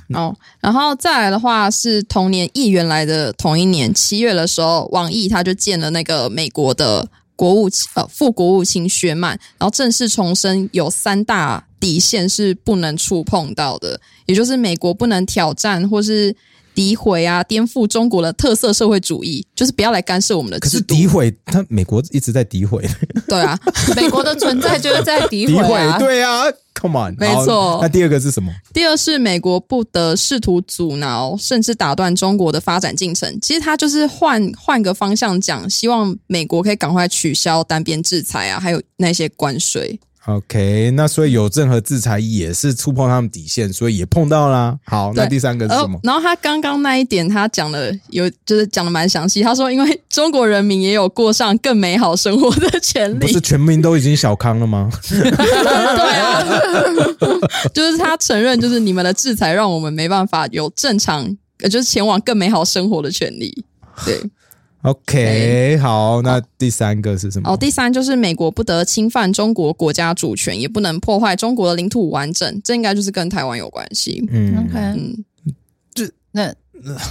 嗯
哦，然后再来的话是同年议员来的同一年七月的时候，王毅他就见了那个美国的国务卿呃副国务卿薛曼，然后正式重申有三大底线是不能触碰到的，也就是美国不能挑战或是诋毁啊、颠覆中国的特色社会主义，就是不要来干涉我们的
可
制
是
度。
诋毁，他美国一直在诋毁，
对 啊，
美国的存在就是在诋
诋
毁啊。
毁，对啊，Come on，
没
好
错
那第二个是什么？
第二是美国不得试图阻挠甚至打断中国的发展进程。其实他就是换换个方向讲，希望美国可以赶快取消单边制裁啊，还有那些关税。
OK，那所以有任何制裁也是触碰他们底线，所以也碰到啦。好，
对
那第三个是
然
什
后
么，？
哦然后他刚刚那一点，他讲的有就是讲的蛮详细。他说，因为中国人民也有过上更美好生活的权
不
利
是，全民都已经小康了 吗？
对 啊，就是他承认，就是你们的制裁让我们没办法有正常，呃就是前往更美好生活的权利。对。
OK，好，那第三个是什么？
哦，第三就是美国不得侵犯中国国家主权，也不能破坏中国的领土完整，这应该就是跟台湾有关系。
嗯，
OK，
嗯，
那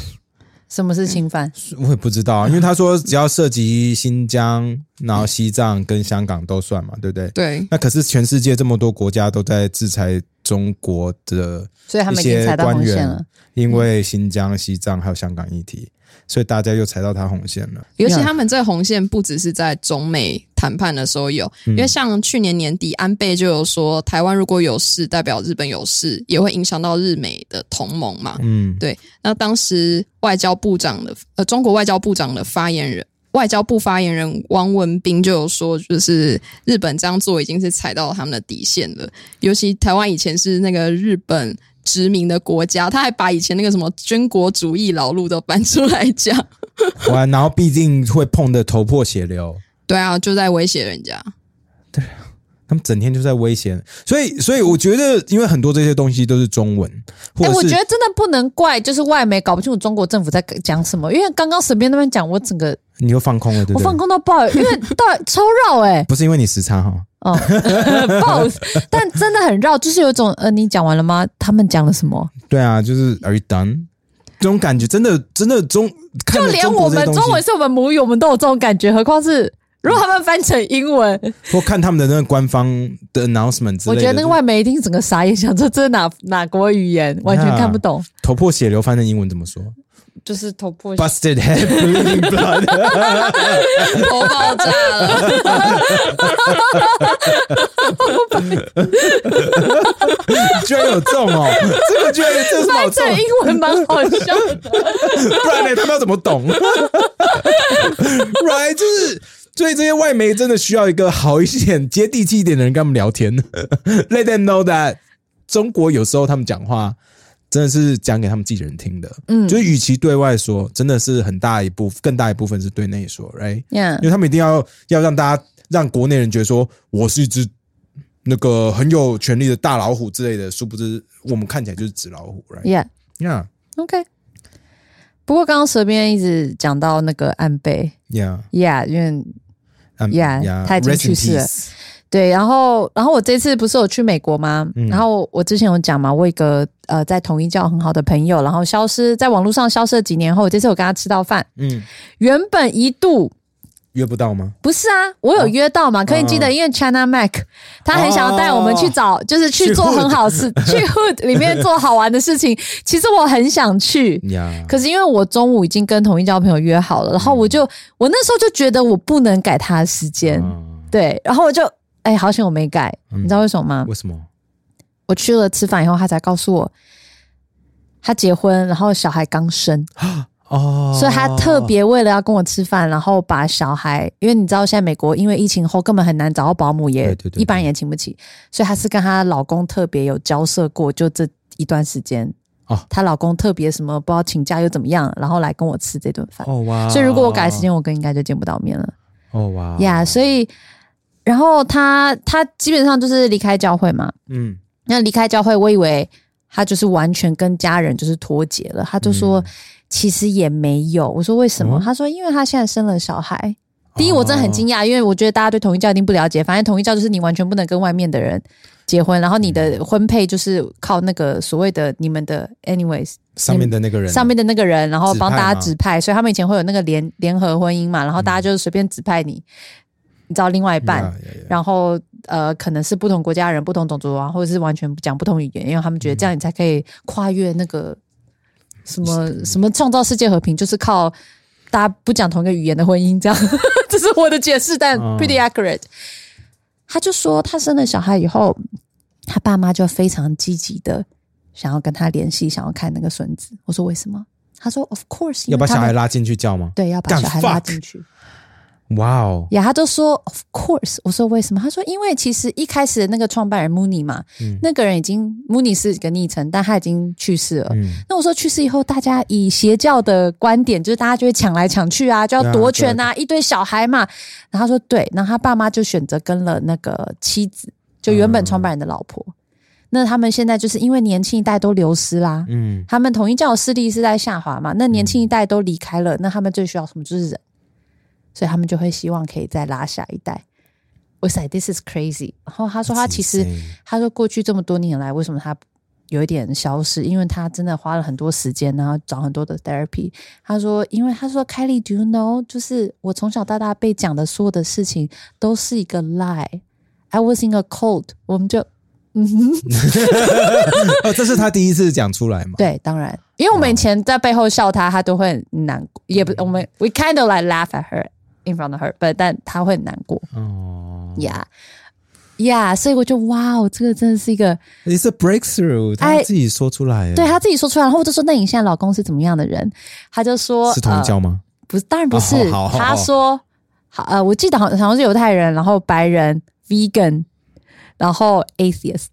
什么是侵犯？
我也不知道啊，因为他说只要涉及新疆、然后西藏跟香港都算嘛，对不对？
对，
那可是全世界这么多国家都在制裁中国的
所以他
一
们已经
些
踩到
官
红线
员
了。，嗯
因为新疆、西藏还有香港议题，所以大家又踩到他红线了。
尤其他们这红线不只是在中美谈判的时候有，因为像去年年底安倍就有说，台湾如果有事，代表日本有事，也会影响到日美的同盟嘛。
嗯，
对，那当时外交部长的呃，中国外交部长的发言人，外交部发言人汪文斌就有说，就是日本这样做已经是踩到他们的底线了。尤其台湾以前是那个日本殖民的国家，他还把以前那个什么军国主义老路都搬出来讲。
完，然后必定会碰得头破血流。
对啊，就在威胁人家。
他们整天就在威胁，所以，所以我觉得，因为很多这些东西都是中文，或
哎、我
者
觉
是
得真的不能怪，就是外媒搞不清楚中国政府在讲什么。因为刚刚沈边那边讲，我整个
你又放空了，对
我
不
放
对？
空到爆，因为到底超绕哎、
不是因为你时差哈，
哦，both，但真的很绕，就是有一种呃，你讲完了吗？他们讲了什么？
对啊，就是 Are you done？这种感觉真的真的中，看
就
着
连
中国
我
这些
们
东西
中文是我们母语，我们都有这种感觉，何况是如果他们翻成 英文，
或看他们的那个官方的 announcement 之
我
类的，
觉得那个外媒一定整个傻眼，想说这是哪哪国语 言，完全看不懂，
头破血流翻成英文怎么说
就是头破血
？Busted head bleeding blood，
头爆炸了，
居然有中哦！这个居然这有什么好
翻
中
成？英文蛮好笑的。
不然呢，他们要怎么懂 ？Right，就是。所以这些外媒真的需要一个好一点、接地 气一点的人跟他们聊天，Let them know that 中国有时候他们讲话真的是讲给他们自己人听的。
嗯
就是与其对外说，真的是很大一部分，更大一部分是对内说，right？
Yeah，
因为他们一定要要让大家让国内人觉得说我是一只那个很有权力的大老虎之类的，殊不知我们看起来就是纸老虎，right？
yeah，
Yeah,
OK。不过刚刚蛇边一直讲到那个安倍
yeah,
，Yeah，因为
um,
Yeah，他已经
rest in
去世了
peace
对，然后然后我这次不是有去美国吗？
嗯
然后我我之前有讲嘛，我有一个呃在同一教很好的朋友，然后消失在网络上消失了几年后，我这次我跟他吃到饭，
嗯，
原本一度
约不到吗？
不是啊，我有约到嘛？可以记得，
哦嗯哦
因为 China Mac 他很想要带我们去找，就是去
去
做
Hood
很好事，去 Hood 里面做好玩的事情。其实我很想去。
呀，
可是因为我中午已经跟同一交朋友约好了，然
嗯
后我就我那时候就觉得我不能改他的时间，
啊
对，然后我就哎、好险我没改，
嗯
你知道为什么吗？
为什么？
我去了吃饭以后，他才告诉我他结婚，然后小孩刚生，
哦，
所以他特别为了要跟我吃饭，然后把小孩，因为你知道现在美国因为疫情后根本很难找到保姆也，
对对对
一般人也请不起，所以她是跟她老公特别有交涉过，就这一段时间，
哦
她老公特别什么不知道请假又怎么样，然后来跟我吃这顿饭，
哦哇，
所以如果我改时间，我跟应该就见不到面了
哦哇
呀所以然后她她基本上就是离开教会嘛，
嗯，
那离开教会，我以为他就是完全跟家人就是脱节了。他就说、其实也没有。我说为什么？
嗯
他说因为他现在生了小孩。第一，
哦
我真的很惊讶，因为我觉得大家对同一教一定不了解。反正同一教就是你完全不能跟外面的人结婚，然后你的婚配就是靠那个所谓的你们的 anyways
上面的那个人，
上面的那个人，然后帮大家指
指
派，所以他们以前会有那个联联合婚姻嘛，然后大家
嗯
就是随便指派你，你知道另外一半，
呀呀呀
然后呃，可能是不同国家人、不同种族啊，或者是完全讲不同语言，因为他们觉得这样你才可以跨越那个什么什么创造世界和平，就是靠大家不讲同一个语言的婚姻，这样 这是我的解释，但
嗯
pretty accurate。他就说，他生了小孩以后，他爸妈就非常积极的想要跟他联系，想要看那个孙子。我说为什么？他说，Of course，因
要
为
把
他
小
们
孩拉进去叫吗？
对要把
干
小孩拉
fuck
进去。
哇哦，
呀，他就说 Of course，我说为什么？他说因为其实一开始的那个创办人 Mooney 嘛，
嗯
那个人已经 Mooney 是一个昵称，但他已经去世了。
嗯，
那我说去世以后，大家以邪教的观点，就是大家就会抢来抢去啊，就要夺权啊，一堆小孩嘛。然后他说对，然后他爸妈就选择跟了那个妻子，就原本创办人的老婆。那他们现在就是因为年轻一代都流失啦，
嗯，
他们统一教的势力是在下滑嘛，那年轻一代都离开了，那他们最需要什么就是人，所以他们就会希望可以再拉下一代。我塞，this is crazy。然后他说他
That's
其 实
insane
他说过去这么多年来，为什么他有一点消失？因为他真的花了很多时间，然后找很多的 therapy。他说，因为他说 Kelly，do you know？就是我从小到大被讲的所有的事情都是一个 lie。I was in a cold，我们就
哦，这是他第一次讲出来嘛？
对，当然，因为我们以前在背后笑她，她都会很难过，也
嗯
不，我们 we kind of like laugh at her in front of her，but 但她会很难过
哦
，yeah yeah，所以我就哇哦，这个真的是一个
，It's a breakthrough，他自己说出来，
哎对她自己说出来，然后我就说，那你现在老公是怎么样的人？她就说
是同一
呃
教吗？
不是，当然不是，
哦好好好
她说好呃，我记得好好像是犹太人，然后白人，vegan，然后 atheist。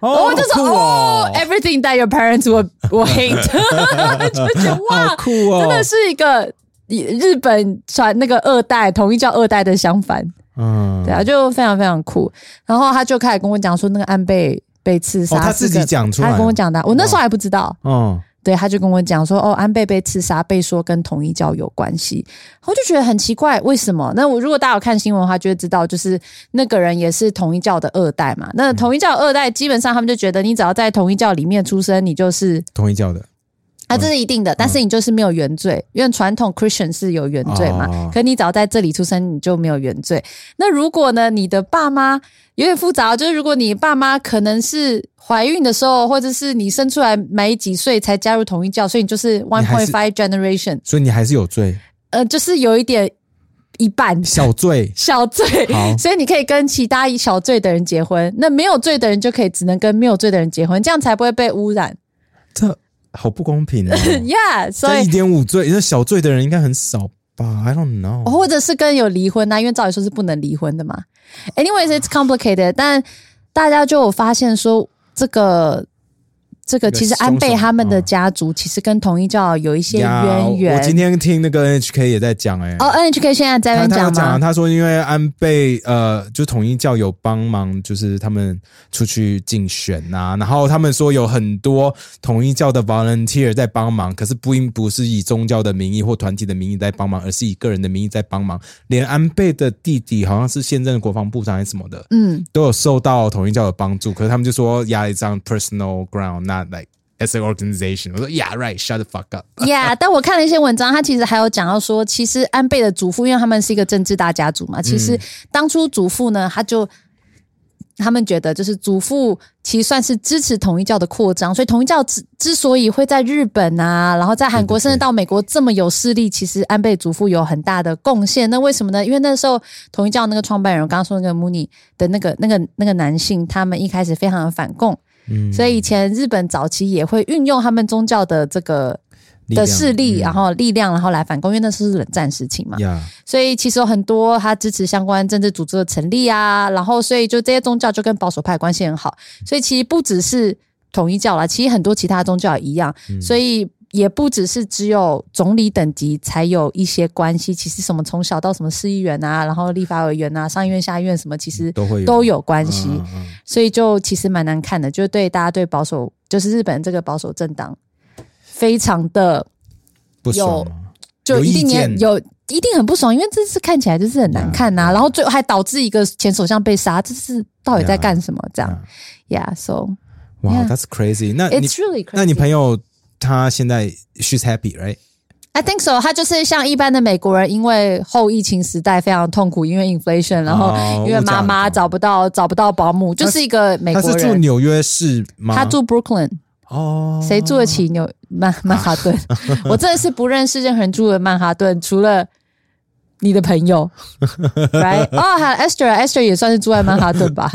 哦
呃我就说哦，everything that your parents would would hate，就觉得哇，
好酷哦，
真的，是一个日本传那个二代同一教二代的相反，
嗯，
对啊，就非常非常酷。然后他就开始跟我讲说，那个安倍被刺杀、
哦他自己讲出来
他跟我讲的啊，我那时候还不知道。
哦，
对，他就跟我讲说，哦，安倍被刺杀，被说跟统一教有关系，我就觉得很奇怪，为什么？那我如果大家有看新闻的话，就会知道，就是那个人也是统一教的二代嘛。
嗯
那统一教二代基本上他们就觉得，你只要在统一教里面出生，你就是
同一教的，嗯
啊，这是一定的，但是你就是没有原罪，因为传统 Christian 是有原罪嘛。
哦
可你只要在这里出生，你就没有原罪。那如果呢，你的爸妈有点复杂，就是如果你爸妈可能是怀孕的时候，或者是你生出来没几岁才加入同一教，所以你就是 one
你还
point
是
five generation，
所以你还是有 罪，
呃，就是有一点一半，
小罪
小罪
好，
所以你可以跟其他小罪的人结婚，那没有罪的人就可以只能跟没有罪的人结婚，这样才不会被污染。
这好不公 平哦，
Yeah，所
这
以
一点五罪，那小罪的人应该很少吧？I don't know，
哦或者是跟有离婚啊呐、因为照理说是不能离婚的嘛。Anyways, it's complicated，但大家就有发现说，这个这个其实安倍他们的家族其实跟统一教有一
嗯
些
呀
渊源。
我今天听那个 NHK 也在讲、欸，哎、
哦，NHK 现在在那
他
边
他有讲啊，
吗？
他说因为安倍呃，就统一教有帮忙，就是他们出去竞选呐、然后他们说有很多统一教的 volunteer 在帮忙，可是不应不是以宗教的名义或团体的名义在帮忙，而是以个人的名义在帮忙。连安倍的弟弟好像是现任国防部长还是什么的，
嗯，
都有受到统一教的帮助，可是他们就说 Yeah, it's on personal ground, not like as an organization。我说 Yeah, right, shut the fuck up。
呀、但我看了一些文章，他其实还有讲到说，其实安倍的祖父，因为他们是一个政治大家族
嗯
嘛，其实当初祖父呢，他就他们觉得就是祖父其实算是支持统一教的扩张，所以统一教之之所以会在日本啊，然后在韩
对
国，
对对
甚至到美国这么有势力，其实安倍祖父有很大的贡献。那为什么呢？因为那时候统一教那个创办人，我刚刚说那个 Mooney 的那个那个那个男性，他们一开始非常的反共。
嗯
所以以前日本早期也会运用他们宗教的这个
力量
的势力，啊
嗯
然后力量，然后来反攻，因为那是冷战时期嘛。
，Yeah，
所以其实有很多他支持相关政治组织的成立啊，然后所以就这些宗教就跟保守派关系很好，
嗯
所以其实不只是统一教啦，其实很多其他宗教也一样，
嗯
所以。也不只是只有总理等级才有一些关系，其实什么从小到什么市议员啊，然后立法委员啊、上议院、下议院什么，其实
嗯都会有
都有关系。
嗯嗯嗯
所以就其实蛮难看的，就是对大家对保守，就是日本这个保守政党非常的
不爽吗？
就
有
一
意
定也
见
有一定很不爽，因为这次看起来就是很难看呐、
Yeah, yeah.
然后最后还导致一个前首相被杀，这是到底在干什么？这样 yeah,，so
哇、
Yeah.
t h a t s crazy。那你
it's really crazy。
那你朋友他现在 she's happy right？
I think so，他就是像一般的美国人，因为后疫情时代非常痛苦，因为 inflation，然后
哦
因为
物价
妈
很
妈
高
找不到找不到保姆，就是一个美
他
国
是住
人。
纽约市吗？
他住 Brooklyn，
哦，啊
谁住得起纽曼曼哈顿？ 我真的是不认识任何人住的曼哈顿，除了你的朋友 ，right？哦，还有 Esther，Esther 也算是住在曼哈顿吧，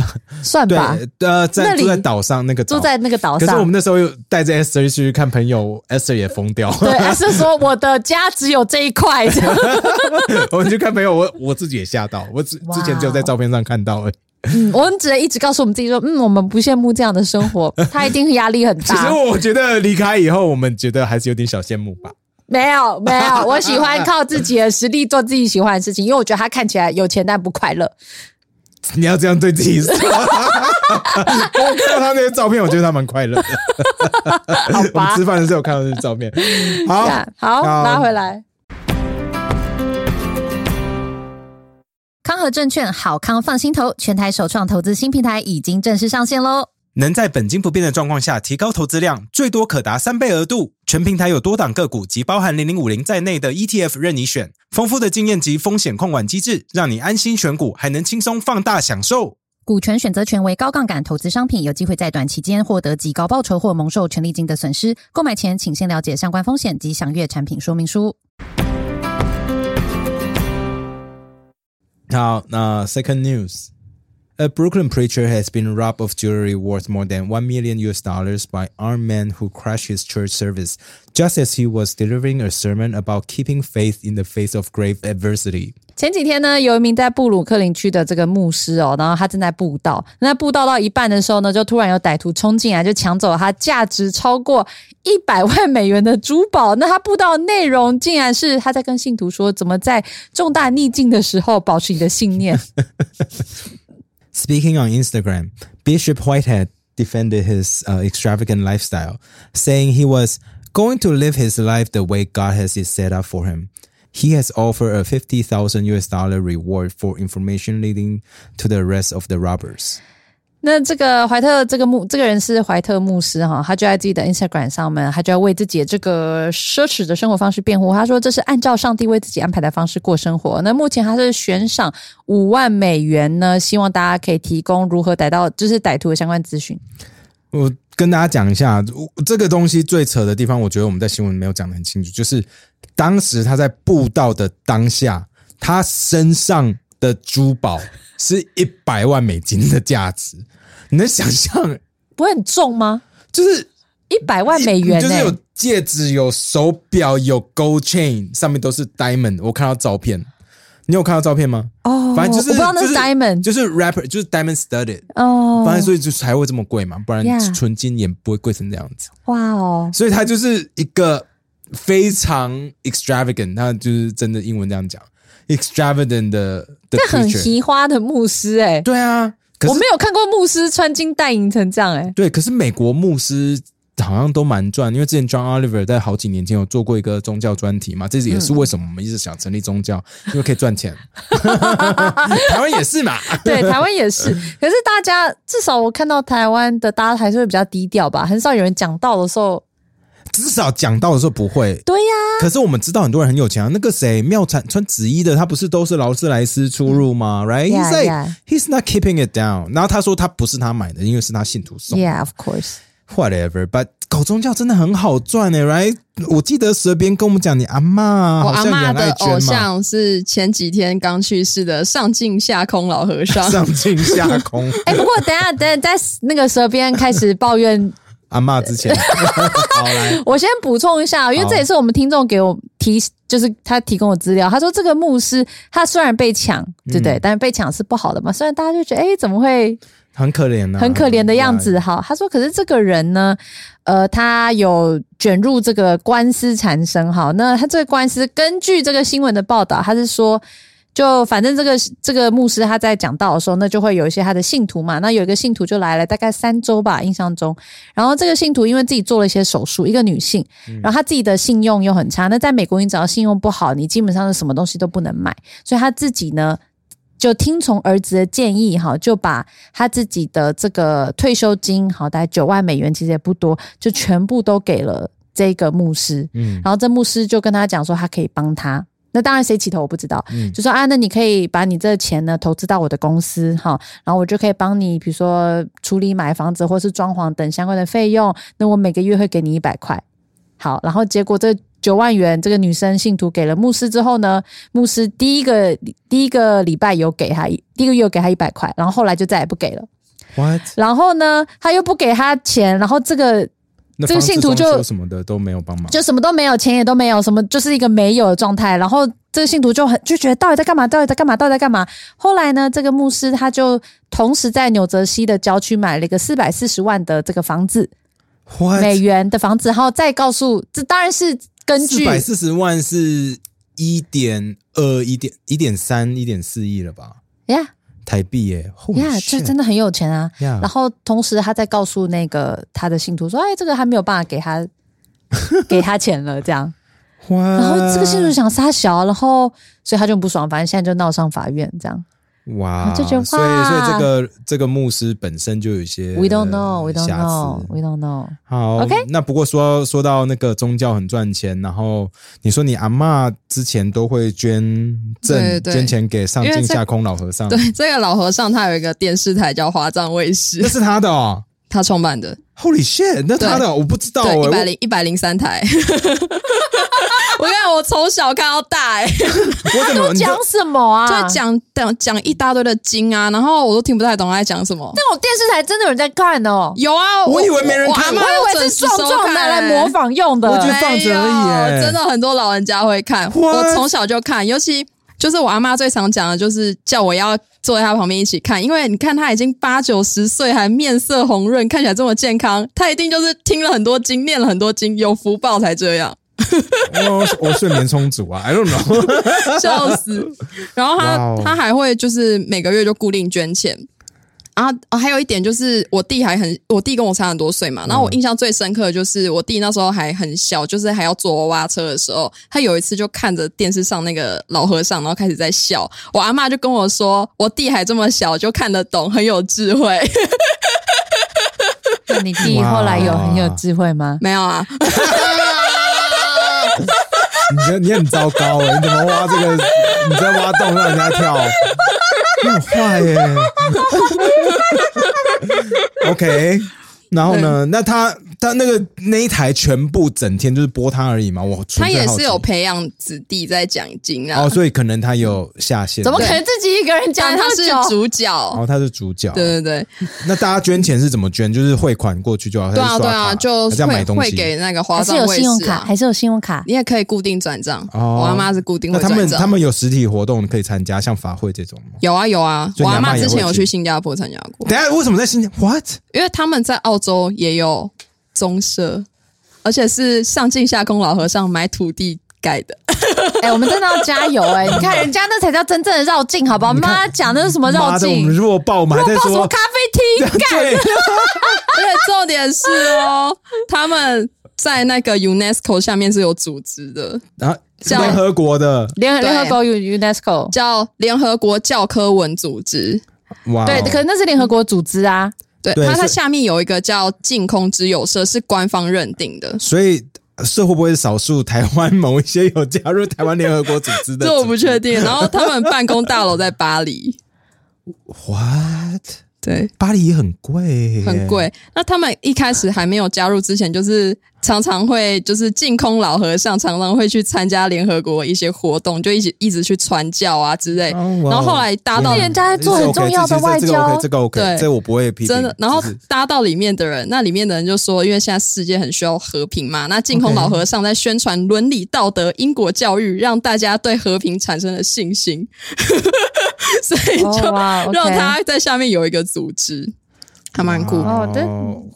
算
对
吧，，
呃，在
那里
住在岛上那个岛
住在那个岛
可是我们
上。
那时候又带着 Esther 去看朋 友，Esther 也疯掉。
对，Esther 说我的家只有这一块，
我们去看朋友，我我自己也吓到，我之
哇
之前只有在照片上看到而已。
嗯 我们只能一直告诉我们自己说，嗯，我们不羡慕这样的生活，他一定压力很
其实
大。
我觉得离开以后，我们觉得还是有点小羡慕吧。
没有，没有，我喜欢靠自己的实力做自己喜欢的事情，因为我觉得他看起来有钱但不快乐。
你要这样对自己说。我看到他那些照片，我觉得他蛮快乐的。
好
我们
吧
吃饭的时候有看到那些照片。好，
Yeah，好，
好
拉回来。
康和证券好康放心投，全台首创投资新平台已经正式上线喽！
能在本金不变的状况下提高投资量，最多可达三倍额度。全平台有多档个股及包含零零五零在内的 ETF 任你选，丰富的经验及风险控管机制，让你安心选股，还能轻松放大享受。
股权选择权为高杠杆投资商品，有机会在短期间获得极高报酬或蒙受权利金的损失。购买前请先了解相关风险及详阅产品说明书。
好，那 Second News。A Brooklyn preacher has been robbed of jewelry worth more than 1 million US dollars by armed men who crashed his church service just as he was delivering a sermon about keeping faith in the face of grave adversity.
前几天呢，有一名在布鲁克林区的这个牧师哦，然后他正在布道，那布道到一半的时候呢，就突然有歹徒冲进来，就抢走了他价值超过一百万美元的珠宝。那他布道内容竟然是他在跟信徒说，怎么在重大逆境的时候保持你的信念。
Speaking on Instagram, Bishop Whitehead defended his uh, extravagant lifestyle, saying he was going to live his life the way God has it set up for him. He has offered a 50,000 US dollar reward for information leading to the arrest of the robbers.
那这个怀特这个牧这个人是怀特牧师哈，他就在自己的 Instagram 上面，他就要为自己的这个奢侈的生活方式辩护。他说这是按照上帝为自己安排的方式过生活。那目前他是悬赏五万美元呢，希望大家可以提供如何逮到就是歹徒的相关资讯。
我跟大家讲一下，我这个东西最扯的地方，我觉得我们在新闻没有讲得很清楚，就是当时他在布道的当下，他身上的珠宝是一百万美金的价值，你能想象？
不会很重吗？
就是
一百万美元欸
就
呢、
是有戒指、有手表、有 gold chain，上面都是 diamond。我看到照片，你有看到照片吗？
哦，
反正就是
我不知道那
就是
diamond
就是 rapper 就是 diamond studded，
哦，
反正所以就才会这么贵嘛，不然
Yeah
纯金也不会贵成这样子。
哇哦，
所以它就是一个非常 extravagant，它就是真的英文这样讲 extravagant 的的
这很
creature。
奇花的牧师哎、
对啊，可
我
是
没有看过牧师穿金戴银成这样哎、
对，可是美国牧师好像都蛮赚，因为之前 John Oliver 在好几年前有做过一个宗教专题嘛，这也是为什么我们一直想成立宗教，
嗯
因为可以赚 钱。 台湾也是嘛，
对，台湾也 是。可是大家至少我看到台湾的大家还是会比较低调吧，很少有人讲到的时候。
至少讲到的时候不会。
对呀、
可是我们知道很多人很有钱啊，那个谁妙产穿紫衣的，他不是都是劳斯莱斯出入吗？Right? He's
Yeah,
like
yeah.
he's not keeping it down。然后他说他不是他买的，因为是他信徒送。
Yeah, of course.
Whatever, but 搞宗教真的很好赚诶、r i g h t 我记得蛇边跟我们讲，你阿妈好
我阿
像也
嬷
很
的
爱
偶
捐嘛，。
像是前几天刚去世的上镜下空老和尚
上进下 空。
哎、不过等一下等一下在那个蛇边开始抱怨，
阿妈之 前，好来，
我先补充一下，因为
好
这也是我们听众给我提，就是他提供的资料。他说这个牧师他虽然被抢，对不嗯对？但是被抢是不好的嘛。虽然大家就觉得，哎、怎么会
很可怜啊呐、
很可怜的样子。好，他说，可是这个人呢，呃，他有卷入这个官司缠身。好，那他这个官司，根据这个新闻的报道，他是说。就反正这个这个牧师他在讲道的时候，那就会有一些他的信徒嘛。那有一个信徒就来了，大概三周吧，印象中。然后这个信徒因为自己做了一些手术，一个女性，
嗯
然后她自己的信用又很差。那在美国，你只要信用不好，你基本上是什么东西都不能买。所以她自己呢，就听从儿子的建议，哈，就把他自己的这个退休金，好，大概九万美元，其实也不多，就全部都给了这个牧师。
嗯
然后这牧师就跟他讲说，他可以帮他。那当然谁起头我不知道，
嗯
就说啊，那你可以把你这钱呢投资到我的公司哈，然后我就可以帮你，比如说处理买房子或是装潢等相关的费用。那我每个月会给你一百块。好，然后结果这九万元，这个女生信徒给了牧师之后呢，牧师第一个第一个礼拜有给他一，第一个月有给他一百块，然后后来就再也不给了。
What？
然后呢，他又不给他钱，然后这个
那
这个
方志
信徒
中
就
修什么的都没有帮忙，
就什么都没有，钱也都没有，什么就是一个没有的状态。然后这个信徒就很就觉得到底在干嘛？到底在干嘛？到底在干嘛？后来呢，这个牧师他就同时在纽泽西的郊区买了一个四百四十万的这个房子，
What？
美元的房子，然后再告诉这当然是根
四
据
百四十万是一点二、一点一点三、一点四亿了吧？
呀
台币耶、欸，
呀，这真
的。
的很有钱啊。
呀
然后同时他在告诉那个他的信徒说：“哎，这个还没有办法给他 给他钱了。”这 样。
哇！
然后这个信徒想杀小，啊然后所以他就很不爽，反正现在就闹上法院这样。
哇，
就觉得
所以
哇
所以这个这个牧师本身就有一些
We don't know, we don't
瑕疵
know, we don't know。
好
OK
那不过说说到那个宗教很赚钱，然后你说你阿嬷之前都会捐赠
对对
捐钱给上
因为
进
这
下空老和尚，
对，这个老和尚他有一个电视台叫华藏卫
那
视，
是他的哦。
他创办的，
Holy shit！那他的我不知道哎、
对，一百
我
零一百零三台。 我跟你讲，我从小看到大、欸，
我怎么你这
讲什么啊？
就。讲讲讲一大堆的经啊，然后我都听不太懂他在讲什么。
但我电视台真的有人在看哦，
有啊，
我以为没人看
我
我
阿嬷
以
有
为
准
是
时
壮
收
壮
看欸
拿来模仿用的。
我觉得放着而已
没
耶
有真的很多老人家会看，
What？
我从小就看，尤其。就是我阿妈最常讲的，就是叫我要坐在她旁边一起看，因为你看她已经八九十岁，还面色红润，看起来这么健康，她一定就是听了很多经，念了很多经，有福报才这样，
我我睡眠充足啊，I don't know。
笑死。然后她
哇哦
她还会就是每个月就固定捐钱，然后、哦、还有一点就是我弟还很，我弟跟我差很多岁嘛。
嗯
然后我印象最深刻的就是我弟那时候还很小，就是还要坐娃娃车的时候，他有一次就看着电视上那个老和尚，然后开始在笑。我阿嬷就跟我说，我弟还这么小就看得懂，很有智慧。
那你弟
哇
后来有很有智慧吗？
没有啊，
你这你很糟糕哎、你怎么挖这个？你在挖洞让人家跳，你很坏欸耶、OK，然后呢？那他但那个那一台全部整天就是播他而已嘛，我纯
他
粹
也
好奇
是有培养子弟在讲经啊
哦，，所以可能他有下线，
怎么可
对
能自己一个人讲
但
那
他
么
是
久？
主
然后
角，
他是主角，
对对对
那大家捐钱是怎么捐？就是汇款过去就好，
对
还
啊
是
对
刷卡
啊，就
还是要买
会
东
会
西。
给那个
还
花
是
葬
有
卫
信用
士
卡，
啊，
还是有信用卡。
你也可以固定转账，
哦
我阿妈是固定
那
会
他们
转
他
账。
们有实体活动可以参加，像法会这种吗？
有啊有啊，
所以
我
你阿
阿
嬷
妈
也
之前
会
有
去
去新加坡参加过，
等一下为什么在新疆？What？
因为他们在澳洲也有棕舍，而且是上进下供老和尚买土地盖的。
哎、我们真的要加油哎、你看人家那才叫真正的绕境，好不好？妈讲那是什么绕
妈的，我
境
们？弱爆，我们还在
到什么
说
咖啡厅？
对，
而且重点是哦，他们在那个 UNESCO 下面是有组织的，
然后
叫
联合国的
联
对
联合国 UNESCO，
叫联合国教科文组织。
哇哦，
对，可是那是联合国组织啊。
对，
对
它它
是
下面有一个叫净空之友社，是官方认定的。
所以是会不会少数台湾某一些有加入台湾联合国组织的？
这我不确定。然后他们办公大楼在巴 黎，
What？
对，
巴黎也很贵，
很。贵。那他们一开始还没有加入之前，就是常常会就是净空老和尚，常常会去参加联合国一些活动，就一直一直去传教啊之类。
哦哇
然后后来搭
天
到
啊
人家在哎做很重要的外交
这个 OK，这个 OK，
对
这我不会批评。
真的，然后
只是
搭到里面的人，那里面的人就说，因为现在世界很需要和平嘛，那净空
OK
老和尚在宣传伦理道德、因果教育，让大家对和平产生了信心， 所以就
哦哇，OK
让他在下面有一个组织，还蛮酷。
哇
哦对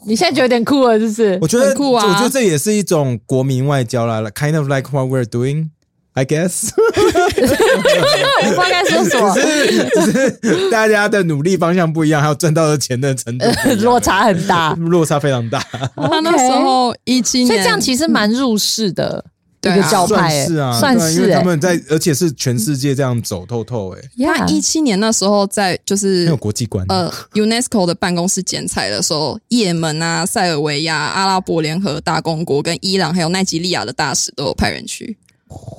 你现在觉得有点酷了，是不是
我？觉得
很酷啊
我觉得这也是一种国民外交啦like，kind of like what we're doing。I guess，
我不知道该说什么
只，是只是 大家的努力方向不一样，还有挣到的钱的 程度不一样
落差很大。
落差非常大，
他那时候一七
所以
年，
这样其实蛮入世的一
对啊
个教
算
派、欸，嗯
是啊，
算
对啊因
是
为
哎、
他们在，而且是全世界这样走透透，哎，
欸
他一七年那时候在就
很有
是。
国际观，
呃，UNESCO 的办公室剪彩的时候，也门啊、塞尔维亚、阿拉伯联合大公国跟伊朗还有奈及利亚的大使都有派人去。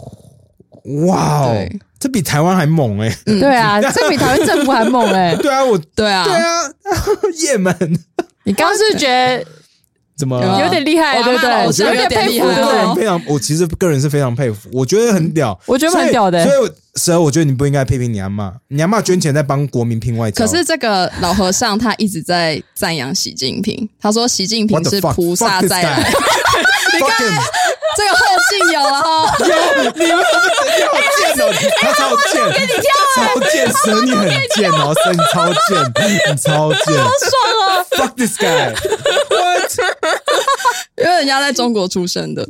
呃
哇哦
对，
这比台湾还猛 哎，
嗯
对啊，这比台湾政府还猛哎、
对啊，我
对啊，
对啊， 也门
你刚刚是不是觉得
怎么了
有啊
有点哦厉害，
哇
对不
那我
对？
觉得
有
有点
佩
厉
服，
害
我
对
啊
不
个人
对？
非常，我其实个人是非常佩服，我觉得很屌，
我觉得蛮
所以
屌的欸
所以我蛇，我觉得你不应该批评你阿妈，你阿妈捐钱在帮国民拼外交，
可是这个老和尚他一直在赞扬习近平，他说习近平
What the
是
fuck？
菩萨
Fuck this
再
啊
来
guy ，
这个后劲有了哦。
有你们怎么你好贱哦，他超贱，超贱蛇，你很贱哦，蛇你超贱，你超贱，
爽哦！
fuck this guy，what？
因为人家在中国出生的，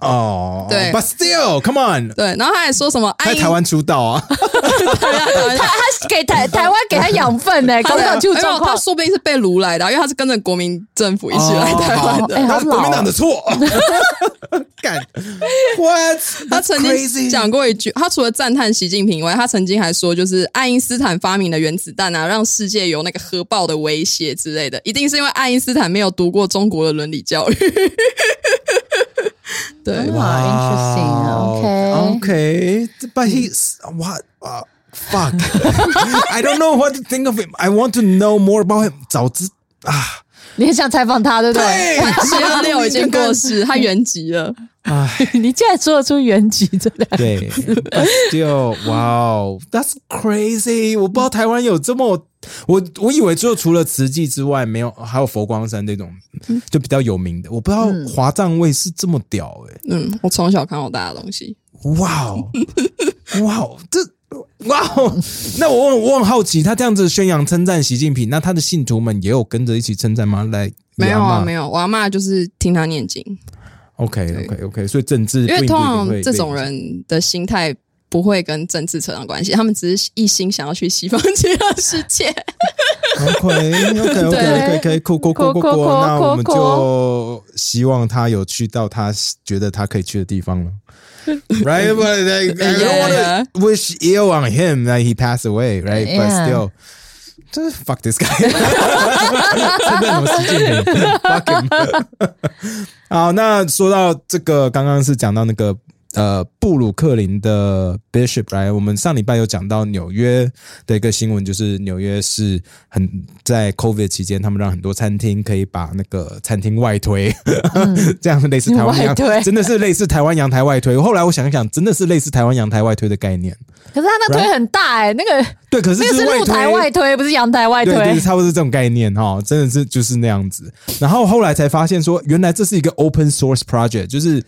哦，
对
Oh, ，but still，come on，
对，然后他还说什么
在
哎爱
台湾出道啊，
台湾台湾
他他给台台湾给他养分呢、欸，搞不搞清楚状
没有
况
哎他。说不定是被掳来的啊，因为他是跟着国民政府一起来台湾的。
哎
他
好老哦
是国民党的错， 干，what？
他曾
That's
经
crazy
讲过一句，他除了赞叹习近平以外，他曾经还说，就是爱因斯坦发明的原子弹啊，让世界有那个核爆的威胁之类的，一定是因为爱因斯坦没有读过中国的伦理教 育。对，
哇，interesting，OK
okay. But he's what? Uh, fuck. I don't know what to think of him. I want to know more about him. 早知啊，
你很想采访他，对不对？
十二六已经过世，他原籍了。
哎，
你竟然说得出原籍这两个
对，but，still，哇哦，That's crazy！我不知道台湾有这么，我我以为就除了慈济之外，没有还有佛光山这种
嗯
就比较有名的，我不知道华藏卫视这么屌哎、
嗯，我从小看到大的东西，
哇哦，哇哦，这哇哦！那我很我很好奇，他这样子宣扬称赞习近平，那他的信徒们也有跟着一起称赞吗？来，
没有啊，没
有。
有。我阿妈就是听他念经，
OK OK OK，所以政治
因为
并不
通
一定会
常这
被
种
影响
人的心态不会跟政治扯上关系，他们只是一心想要去西方 其他世界。
OK OK OK 可以可以酷酷酷酷酷，那我们就希望他有去到他觉得他可以去的地方了。Right, but like, I don't want to wish ill on him that he passed away. Right, but still. 真是 fuck this guy，真的很习近平，fuck him。好，那说到这个，刚刚是讲到那个呃布鲁克林的 Bishop 来，我们上礼拜有讲到纽约的一个新闻，就是纽约是很在 COVID 期间，他们让很多餐厅可以把那个餐厅外推， 这样类似台湾
嗯外
阳
推
真的是类似台湾阳台外推。后来我想一想，真的是类似台湾阳台外推的概念。
可是他那推很大
欸
哎、那个
对，可是
那个是
外
露
推
台外推，不是阳台外推。
对对，差不多是这种概念哈、真的是就是那样子。然后后来才发现说，原来这是一个 open source project，就是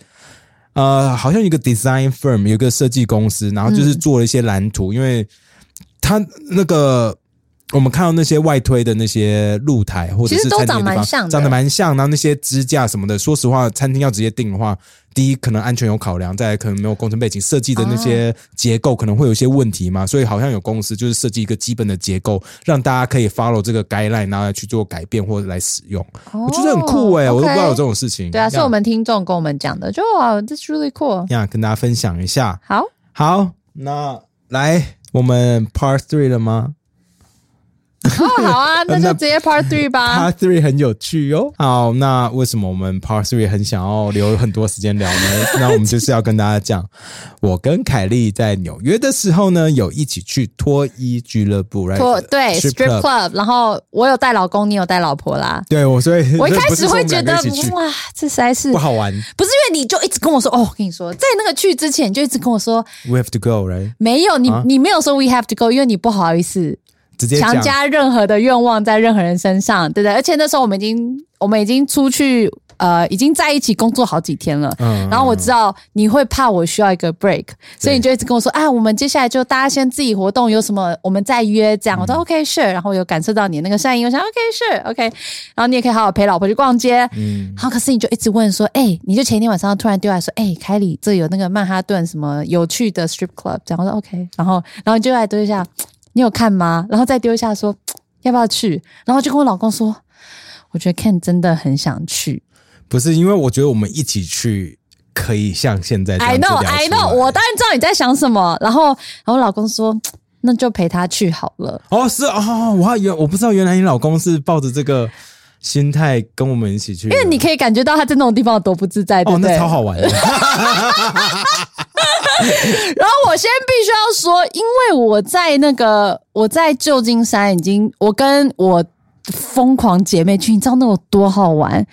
呃，好像一个 design firm 有一个设计公司，然后
嗯
就是做了一些蓝图，因为它那个。我们看到那些外推的那些露台或者
其
是
实都
餐厅
长
的地
蛮
方，
像的
长得蛮像。然后那些支架什么的，说实话，餐厅要直接定的话，第一可能安全有考量，再来可能没有工程背景，设计的那
哦
些结构可能会有一些问题嘛，所以好像有公司就是设计一个基本的结构，让大家可以 follow 这个 guideline，然后来去做改变或者来使用。我觉得很酷哎、我都不知道有这
哦 OK
种事情。
对啊，是
呀
我们听众跟我们讲的，就哇，this is really cool。
呀，跟大家分享一下。
好，哦
好，那来我们 Part Three 了吗、
哦，好 啊，那就
那
直接 Part Three 吧
p a r。t Three 很有趣哦。好，那为什么我们 Part Three 很想要留很多时间聊 呢？那我们就是要跟大家讲，我跟凯莉在纽约的时候呢，有一起去脱衣俱乐部，来
脱对 strip club，然后我有带老公，你有带老婆啦。
对我，所以
我一开
不是
始
说
会
们
觉
两
得
个一起去
哇，这实在是
不好玩
不是因为你就一直跟我说哦，我跟你说，在那个去之前你就一直跟我说
，We have to go right，
没有，你、
啊
你没有说 we have to go，因为你不好意思
直接
强
讲
加任何的愿望在任何人身上，对不对？而且那时候我们已经我们已经出去呃，已经在一起工作好几天了，
嗯
然后我知道你会怕我需要一个 break，所以你就一直跟我说啊，我们接下来就大家先自己活动，有什么我们再约这样。我说 OK sure，然后我有感受到你那个善意，我想 OK sure OK，然后你也可以好好陪老婆去逛街。
嗯，
好，可是你就一直问说，哎、你就前一天晚上突然丢来说，哎、凯里，这有那个曼哈顿什么有趣的 strip club，这样我说 OK，然后然后你就来丢一下，你有看吗？然后再丢一下说要不要去，然后就跟我老公说，我觉得 Ken 真的很想去，
不是因为我觉得我们一起去可以像现在这样
I
子
know,
聊
I
出来
know，我当然知道你在想什么。然后，然后我老公说，那就陪他去好了。
哦是哦，我还原我不知道原来你老公是抱着这个心态跟我们一起去的，因
因为你可以感觉到他在那种地方有多不自在，对
哦
不对？
那超好 玩的，
然后我先必须要说，因为我在那个我在旧金山已经，我跟我疯狂姐妹去，你知道那有多好玩，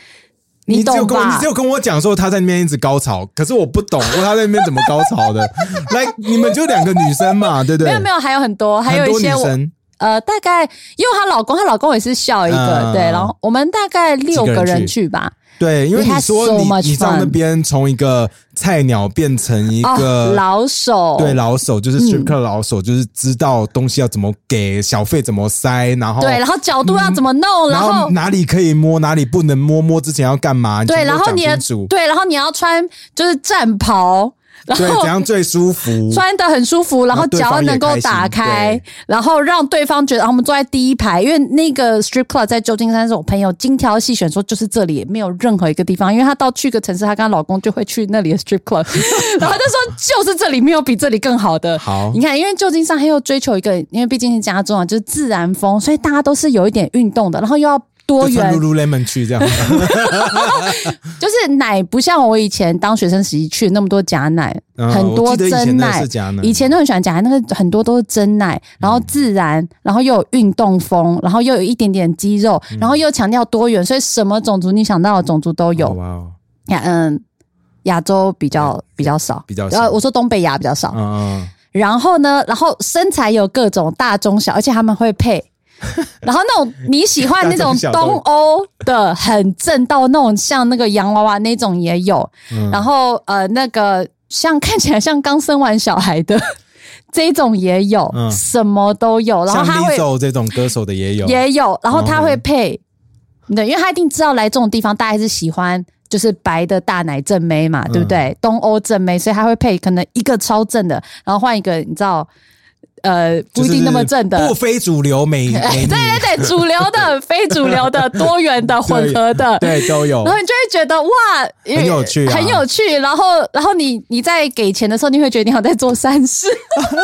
你只有
懂
跟我你
吧
只？有跟我讲说他在那边一直高潮，可是我不懂他在那边怎么高潮的， 来你们就两个女生嘛，对不对？
没有没有，还有很多，还有
很
一
多女
些我
生
呃，大概因为她老公，她老公也是笑一个，
嗯
对，然后我们大概六
几个人
个人
去
去吧，
对，因为
We
你
had
说
so
你
much
你到
fun
那边从一个菜鸟变成一
哦
个、
老嗯手，
对老手，就是 strip club 老手，就是知道东西要怎么给，小费怎么塞，然后
对，然后角度要怎么弄，然
哦嗯然
后
后哪里可以摸，哪里不能摸，摸之前要干嘛？
对，
全部
然
都
后你的
讲 清楚
对，然后你要穿就是战袍，然
对
后
怎样最舒服？
穿的很舒服，然后
对
脚
方
要
也
能够
开心
打开
对，
然后让对方觉得啊我们坐在第一排，因为那个 strip club 在旧金山是我朋友精挑细选说就是这里，没有任何一个地方，因为她到去一个城市，她跟她老公就会去那里的 strip club，然 后她说就是这里没有比这里更好的。
好
你看，因为旧金山还有追求一个，因为毕竟是加州啊，就是自然风，所以大家都是有一点运动的，然后又要多
就穿
元，
Lululemon 去这样，
就是奶不像我以前当学生时期去那么多假奶，
嗯
很
我记
多
得以前
真
那
奶。
是假奶，
以前都很喜欢假奶，那个很多都是真奶，然后自然，然后又有运动风，然后又有一点点肌肉，
嗯
然后又强调多元，所以什么种族你想到的种族都
哦
有。
哇哦，
亚嗯，亚洲比较比较少，
比较少
呃，我说东北亚比较少。
嗯，
然后呢，然后身材有各种大中小，而且他们会 配。然后那种你喜欢那种
大中小都有
东欧的很正到那种像那个洋娃娃那种也有，
嗯
然后呃那个像看起来像刚生完小孩的 这种也有，
嗯
什么都有。然后
像
他会
Lizzo 这种歌手的也有，
也有，然后他
哦
会配，对，因为他一定知道来这种地方大概是喜欢就是白的大奶正妹嘛，对不对？
嗯
东欧正妹，所以他会配可能一个超正的，然后换一个你知道，呃，不
就
一
是
定那么正的。
不非主流 美美
对
女，
对对，主流的、非主流的、多元的、混合 的，
对都有
然，后你就会觉得哇，
很有趣啊
很有趣。然后，然后你你在给钱的时候，你会觉得你好像在做善事，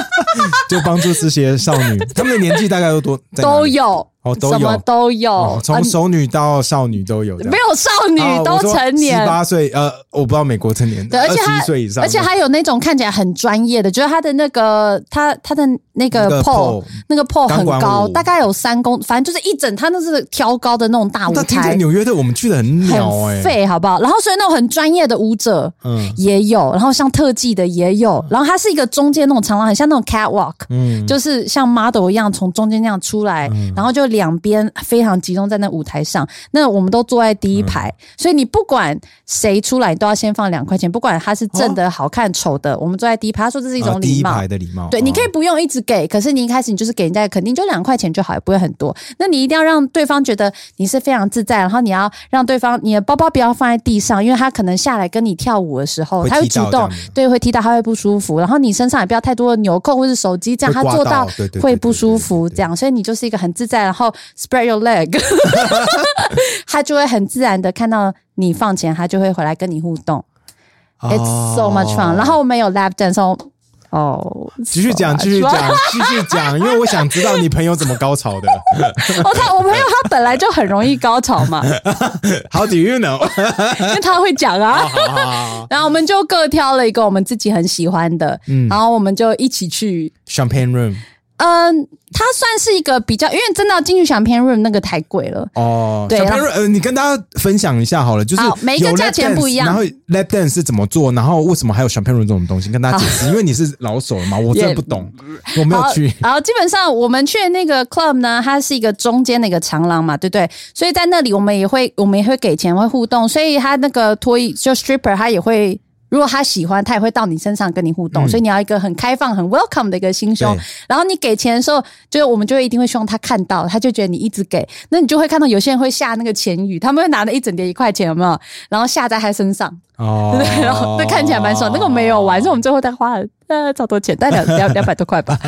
就帮助这些少女，她们的年纪大概都多在哪里
都有。
哦，都
什么
有，
都有，
哦，
啊
从啊
你
熟女到少女都有，
没有少女都成年
十。八岁，呃，我不知道美国成年，
对，而且
21
他
岁以上，
而且他有那种看起来很专业的，就是他的那个他他的那
那
个
个
pole
pole，
那个 pole 很
钢管
高，
舞
大概有三公，反正就是一整，他那是挑高的那种大舞
那听起来
台，
纽约的我们去的很鸟哎、
很废，好不好？然后所以那种很专业的舞者
嗯
也有，然后像特技的也有，然后它是一个中间那种长廊，很像那种 catwalk，
嗯，
就是像 model 一样从中间那样出来，
嗯
然后就两边非常集中在那舞台上。那我们都坐在第一排，
嗯
所以你不管谁出来，你都要先放两块钱，不管他是正的、好看、丑的，我们坐在第一排。他说这是一
啊
种
哦第
礼
一
貌。
排的礼貌，
对，
哦
你可以不用一直给，可是你一开始你就是给人家肯定就两块钱就好，也不会很多。那你一定要让对方觉得你是非常自在，然后你要让对方你的包包不要放在地上，因为他可能下来跟你跳舞的时候，
会
他会
踢
主
到这
动
样子
对会踢到，他会不舒服。然后你身上也不要太多的纽扣或是手机，这样
会
他
刮
做
到
到
对对对
会
对对
不舒
对
服。
对
这样，所以你就是一个很自在，然后 spread your leg，他就会很自然的看到你放钱，他就会回来跟你互动。It's
哦
so much fun。然后我们有 lap dance 哦。哦，
继续讲，
so
继续
much fun
讲， 继续讲，因为我想知道你朋友怎么高潮 的。
哦，他我朋友他本来就很容易高潮 嘛，
How do you know？
因为他会讲啊。
哦好好好
然后我们就各挑了一个我们自己很喜欢的，
嗯
然后我们就一起去。
，Champagne Room
嗯，它算是一个比较，因为真的要进去想偏 room 那个太贵了。
哦
对
，Champagne
然后
Room，呃，你跟大家分享一下好了，就是
好每一个
有
价
lap
钱不一
dance，
样
然后 lap dance 是怎么做，然后为什么还有 Champagne Room 这种东西，跟大家解释，因为你是老手嘛，我真的不懂，我没 有去。
然后基本上我们去的那个 club 呢，它是一个中间的一个长廊嘛，对不对？所以在那里我们也会，我们也会给钱，会互动。所以他那个脱衣就 stripper，他也会，如果他喜欢，他也会到你身上跟你互动。所以你要一个很开放、很 welcome 的一个心胸
对。
然后你给钱的时候，就是我们就会一定会希望他看到，他就觉得你一直给。那你就会看到有些人会下那个钱语，他们会拿了一整叠一块钱，有没有？然后下在他身上。
哦，
对，然后那看起来蛮爽。那个我没有玩，所以我们最后才花了呃超多钱，大概两两两百多 块吧。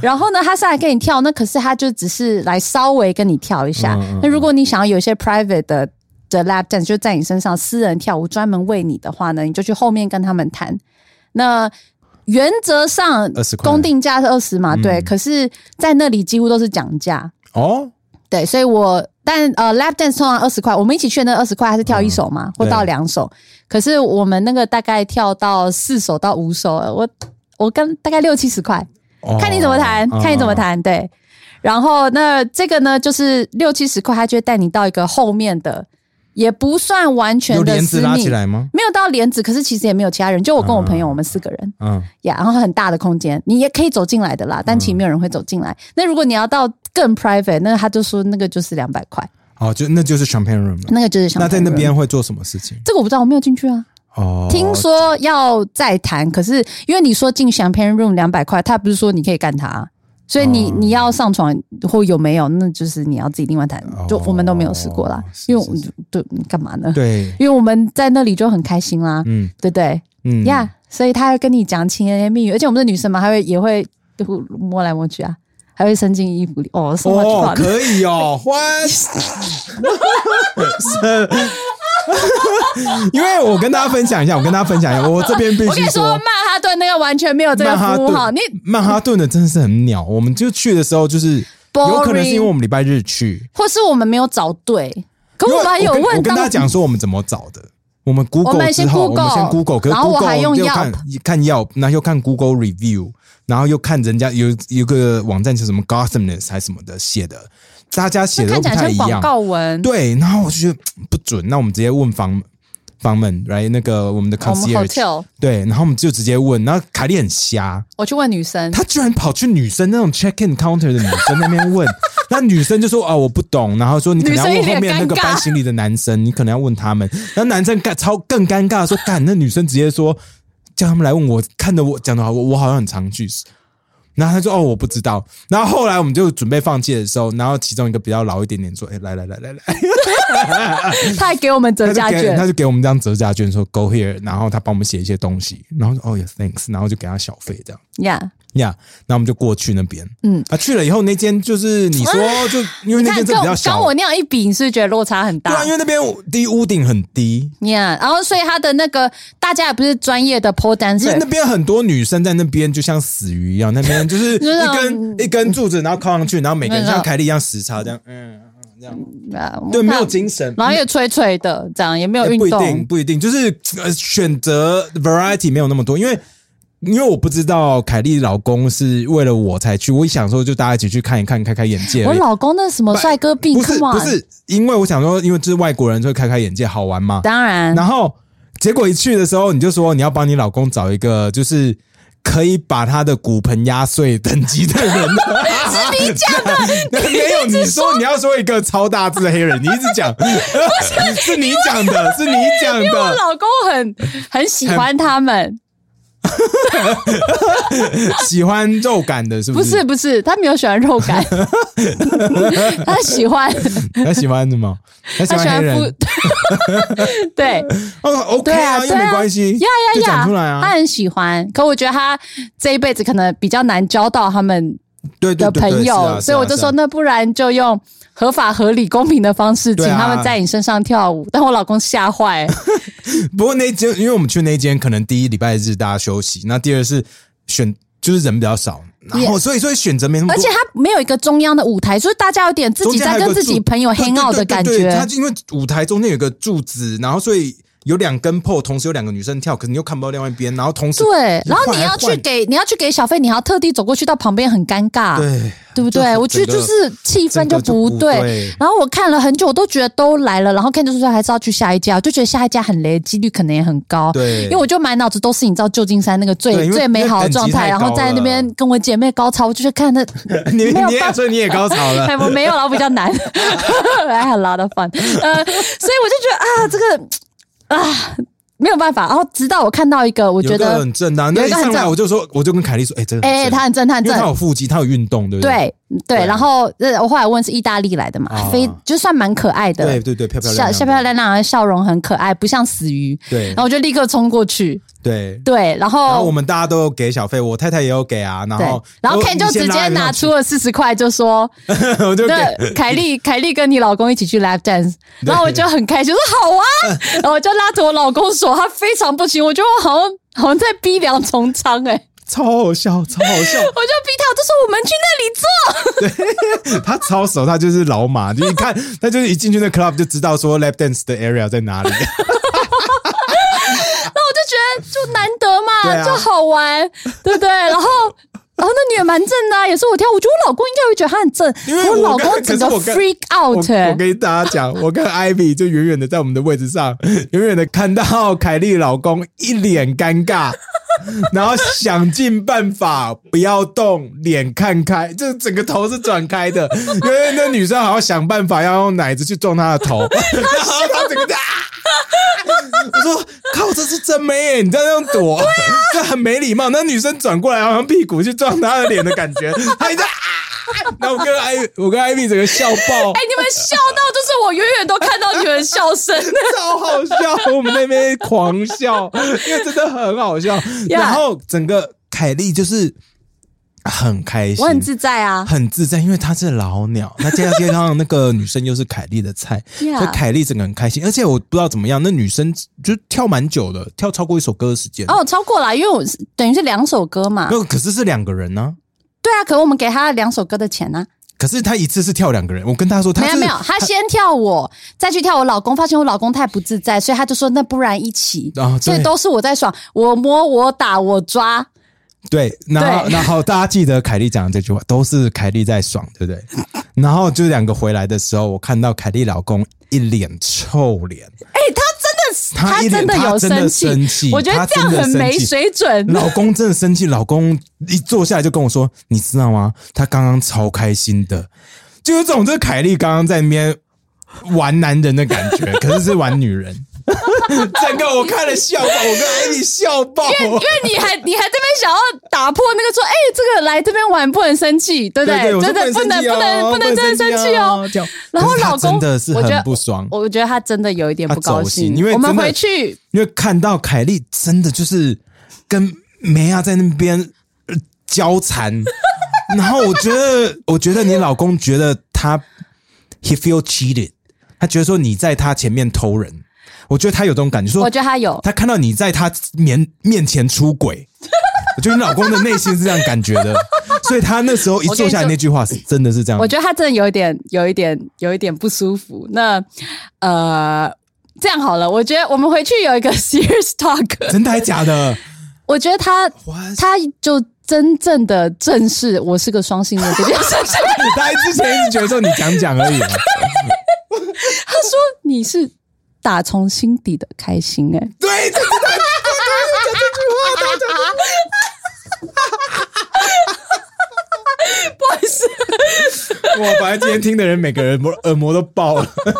然后呢，他上来跟你跳，那可是他就只是来稍微跟你跳一下
嗯嗯。
那如果你想要有一些 private 的。的 lap dance 就在你身上私人跳舞，专门为你的话呢，你就去后面跟他们谈。那原则上
20，块
公定价是二十嘛，对。
嗯
可是，在那里几乎都是讲价，
哦，
对，所以我但呃，lap dance 通常二十块，我们一起去的那二十块，它是跳一首嘛，或
嗯对
到两首。可是我们那个大概跳到四首到五首，我我跟大概六七十块，
哦
看你怎么谈，看你怎么。
哦
谈，对。然后那这个呢，就是六七十块，它就会带你到一个后面的，也不算完
有
全的
帘
私
子拉
密
起，来吗？
没有到帘子，可是其实也没有其他人，就我跟我朋友，
嗯
我们四个人。
嗯，
呀然后很大的空间，你也可以走进来的啦，但其实没有人会走进来。那如果你要到更 private，那他就说那个就是两百块，
哦，就那就是 Champagne Room 了。
那个就是想
那在那边会做什么事情？
这个我不知道，我没有进去啊。
哦，
听说要再谈，可是因为你说进 champagne room 两百块，他不是说你可以干他啊、所以你、
哦
你要上床或有没有，那就是你要自己另外谈。就我们都没有试过啦，
哦是
因为
是
我
是
对干嘛呢？
对，
因为我们在那里就很开心啦，
嗯
对不对？
嗯
呀、所以他会跟你讲情人蜜语，而且我们是女生嘛，还会也会摸来摸去啊，还会伸进衣服里。哦，so much
哦，
fun
可以 哦，欢， 是因为我跟大家分享一下，我跟大家分享一下，我这边必
我跟
须
你说，曼哈顿那个完全没有这个
曼哈
服务哈，
顿
你，
曼哈顿的真的是很鸟。我们就去的时候，就是有可能是因为我们礼拜日去，
或是我们没有找对，可我们还有
因为我跟
问
我跟大家
当
讲说我们怎么找的。我们 Google
们
之
先
后，我
Google，
们先 Google，可是
然后我
Google
还用
又看看 Yelp，然后又看 Google review，然后又看人家有有个网站叫什么 Gothamness 还是什么的写的，大家写的
看
都
起
不
来
太
像
一
广
样。
告文，
对，然后我就觉得嗯不准，那我们直接问房房门来那个我们的
我们
concierge，
hotel，
对，然后我们就直接问，然后凯莉很瞎，
我去问女生，
她居然跑去女生那种 check in counter 的女生那边 问，那女生就说哦我不懂，然后说你可能要
女生一
问
脸
后面那个
尴尬
搬行李的男生，你可能要问他们，然后男生尴超更尴尬地说，干那女生直接说叫他们来问我，看得我讲的好，我我好像很常去。然后他说：“哦，我不知道。”然后后来我们就准备放弃的时候，然后其中一个比较老一点点说：“哎，来来来来来，
她还给我们折价
他就给他
券，
就给我们这张折价券，说 go here，然后他帮我们写一些东西，然后说哦、oh, yeah thanks，然后就给他小费这样。
呀
呀那我们就过去那边，
嗯啊
啊，去了以后那间就是你说就因为
你
那间
看跟
真的
我
比较
跟
小，
我那样一比，你是不是觉得落差很
对
大
啊，因？为那边低屋顶很低，
Yeah，然后所以他的那个大家也不是专业的
因
pole
为
dancer，
那边很多女生在那边就像死鱼一样，那边就是一
就是那种
根一根柱子，然后靠上去，然后每个人
那种
像凯莉一样时差这样，嗯，嗯这样，
啊
对，没有，
我看
精神。
然后也吹吹的，这样也没有
也
运
不一定，
动。
不一定，就是呃选择 variety 没有那么多，因为因为我不知道凯莉老公是为了我才去，我一想说就大家一起去看一看，开开眼界
我
而已。
老公那什么帅哥病，
不是
come on
不是，因为我想说，因为这是外国人，所以开开眼界好玩嘛。
当然，
然后结果一去的时候，你就说你要帮你老公找一个就是。可以把他的骨盆压碎等级的人，是你讲 的，没有你说你要说一个超大只的黑人，你一直讲，是你讲的，是你讲
我
的，
老公很很喜欢他们，
喜欢肉感的，是
不
是
是？不是，他没有喜欢肉 感，他喜欢
他喜欢什么？他喜
他喜
欢
欢
黑
肤
人，
对
哦，OK 啊，
对啊
又没关系，
呀
就
呀
讲
呀
出来，
他
啊，
很喜欢。可我觉得他这一辈子可能比较难交到他们
对对
的
对，对
朋
是啊
友，
是
所以
啊
我就是
啊
说，那不然就用合法、合理、公平的方式，请
对啊
他们在你身上跳舞。但我老公 吓坏，
不过那间，因为我们去那间，可能第一礼拜日大家休息，那第二是选就是人比较少，然后所以所以选择没那么
而
多，
且他没有一个中央的舞台，所以大家有点自己
中间还
在
有
跟
个
自己
柱
朋友 hang out 的感
对对对对
觉
他。就因为舞台中间有个柱子，然后所以有两根 pole，同时有两个女生跳，可是你又看不到另外一边，然后同时
对，然后你
换来
要去
换
给你要去给小费，你还要特地走过去到旁边，很尴尬。
对
对不
就
对？
很
我觉得
整
就
个
是气氛
整个
啊就
就
不
不
对。
对
然后我看了很久，我都觉得都来了，然后 Ken 就说还是要去下一家，我就觉得下一家很雷，几率可能也很高。
对
因为我就满脑子都是你知道旧金山那个
对
最
因为
最美好的状态，
因
然
为等级太高
后在那边跟我姐妹高潮，我就是看 那
你
没有
你
办
也所以你也高潮了
哎，，我没有了，我比较难，I had a lot of fun，呃，所以我就觉得啊，这个啊没有办法。然后直到我看到一个， 我
有
觉
一个
得
很正当，那
有
一
一个很
上来
正
我就说，我就跟凯莉说，哎，这个
哎、
正
他很震撼，
因
正
为他有腹肌，他有运动，对不对？
对
对
对，
啊
然后呃，我后来问是意大利来的嘛，
啊
非就算蛮可爱的，
对对对，漂漂亮
笑
亮，
笑漂亮亮，笑容很可爱，不像死鱼。
对
然后我就立刻冲过去，
对。
对，然
然后
后
我们大家都有给小费，我太太也有给啊，然
哦对
后，
然后
我
Ken 就直接拿出，了四十块，就说
一些拉一拉去 我：“就给
对，凯莉，凯莉跟你老公一起去 lap dance。”然后我就很开心，我说：“好啊！”然后我就拉着我老公手，他非常不行，我觉得我好像好像在逼良从娼哎、欸
超好笑，超好笑。
我就逼他，我就说我们去那里坐。
他超熟，他就是老马，就一看他就是一进去那 club 就知道说 lap dance 的 area 在哪里。
然后我就觉得就难得
对
嘛，
啊
就好玩，对 不对？然后。然后那女的蛮正的、啊，也是我跳。我觉得我老公应该会觉得她很正，
因为
我
我
老
跟
公整个
可是我跟
freak
我
out 欸、
我跟大家讲，我跟 Ivy 就远远的在我们的位置上， 远远的看到凯莉老公一脸尴尬， 然后想尽办法不要动，脸看开，就是整个头是转开的，因为那女生好像想办法要用奶子去撞他的头， 然后他整个啊。我说靠，这是真没耶！你在那样躲，这很没礼貌。那女生转过来，好像屁股去撞他的脸的感觉，他一直啊。然后我跟艾，我跟艾米整个笑爆
哎、，你们笑到就是我远远都看到你们笑声。
超好笑，我们那边狂笑，因为真的很好笑。然后整个凯莉就是很开心，
我很自在啊，
很自在，因为她是老鸟，那加上加上那个女生又是凯莉的菜
Yeah
所以凯莉整个很开心。而且我不知道怎么样，那女生就跳蛮久的，跳超过一首歌的时间。
哦，超过了，因为我是等于是两首歌嘛
没。有，可是是两个人呢、
对啊，可我们给他两首歌的钱呢、
可是她一次是跳两个人，我跟她说她
没有
是
没有，他先跳我，再去跳我老公，发现我老公太不自在，所以他就说那不然一起。
啊，
所以
对
都是我在爽，我摸我打我抓，
对，然后
对
然后大家记得凯莉讲的这句话，都是凯莉在爽，对不 对？然后就两个回来的时候，我看到凯莉老公一脸臭脸，
哎、他真的是，
他一脸
真的
他
有
真的
气，
生气
我觉得
他
这样
真的
很
生
没
气
水准。
老公真的生气，老公一坐下来就跟我说：“你知道吗？他刚刚超开心 的，就有种这凯莉刚刚在那边玩男人的感觉， 可是是玩女人。” 整个我看了笑爆，我跟艾米笑爆，
因为你还你还这边想要打破那个说，哎、这个来这边玩不能生气，对不
对我说
真的
不
能
生气
不能
哦
不能真的生气哦。
这样
然后老公
可是他真的是
我觉得
很不爽，
我觉得他真的有一点不高
他走
兴，
心因为
我们
真的
回去
因为看到凯莉真的就是跟梅亚在那边呃交缠，然后我觉得，我觉得你老公觉得他 he feel cheated，他觉得说你在他前面偷人，我觉得他有这种感觉，
我
说
觉得他有，
他看到你在他面面前出轨， 我觉得你老公的内心是这样感觉的，所以他那时候一
我跟
坐
你
下来
说
那句话是真的是这样
我，觉得他真的有一点，有一点，有一点不舒服。那呃，这样好了，我觉得我们回去有一个 serious talk。
真的还假的？
我觉得他
What？
他就真正的正视我是个双性恋这件事情。
你大概之前一直觉得说你讲讲而已啊，
他说你是打从心底的开心、欸，
对，这是他
不好意思，
我本来今天听的人每个人耳膜耳膜都爆了，
不是，我觉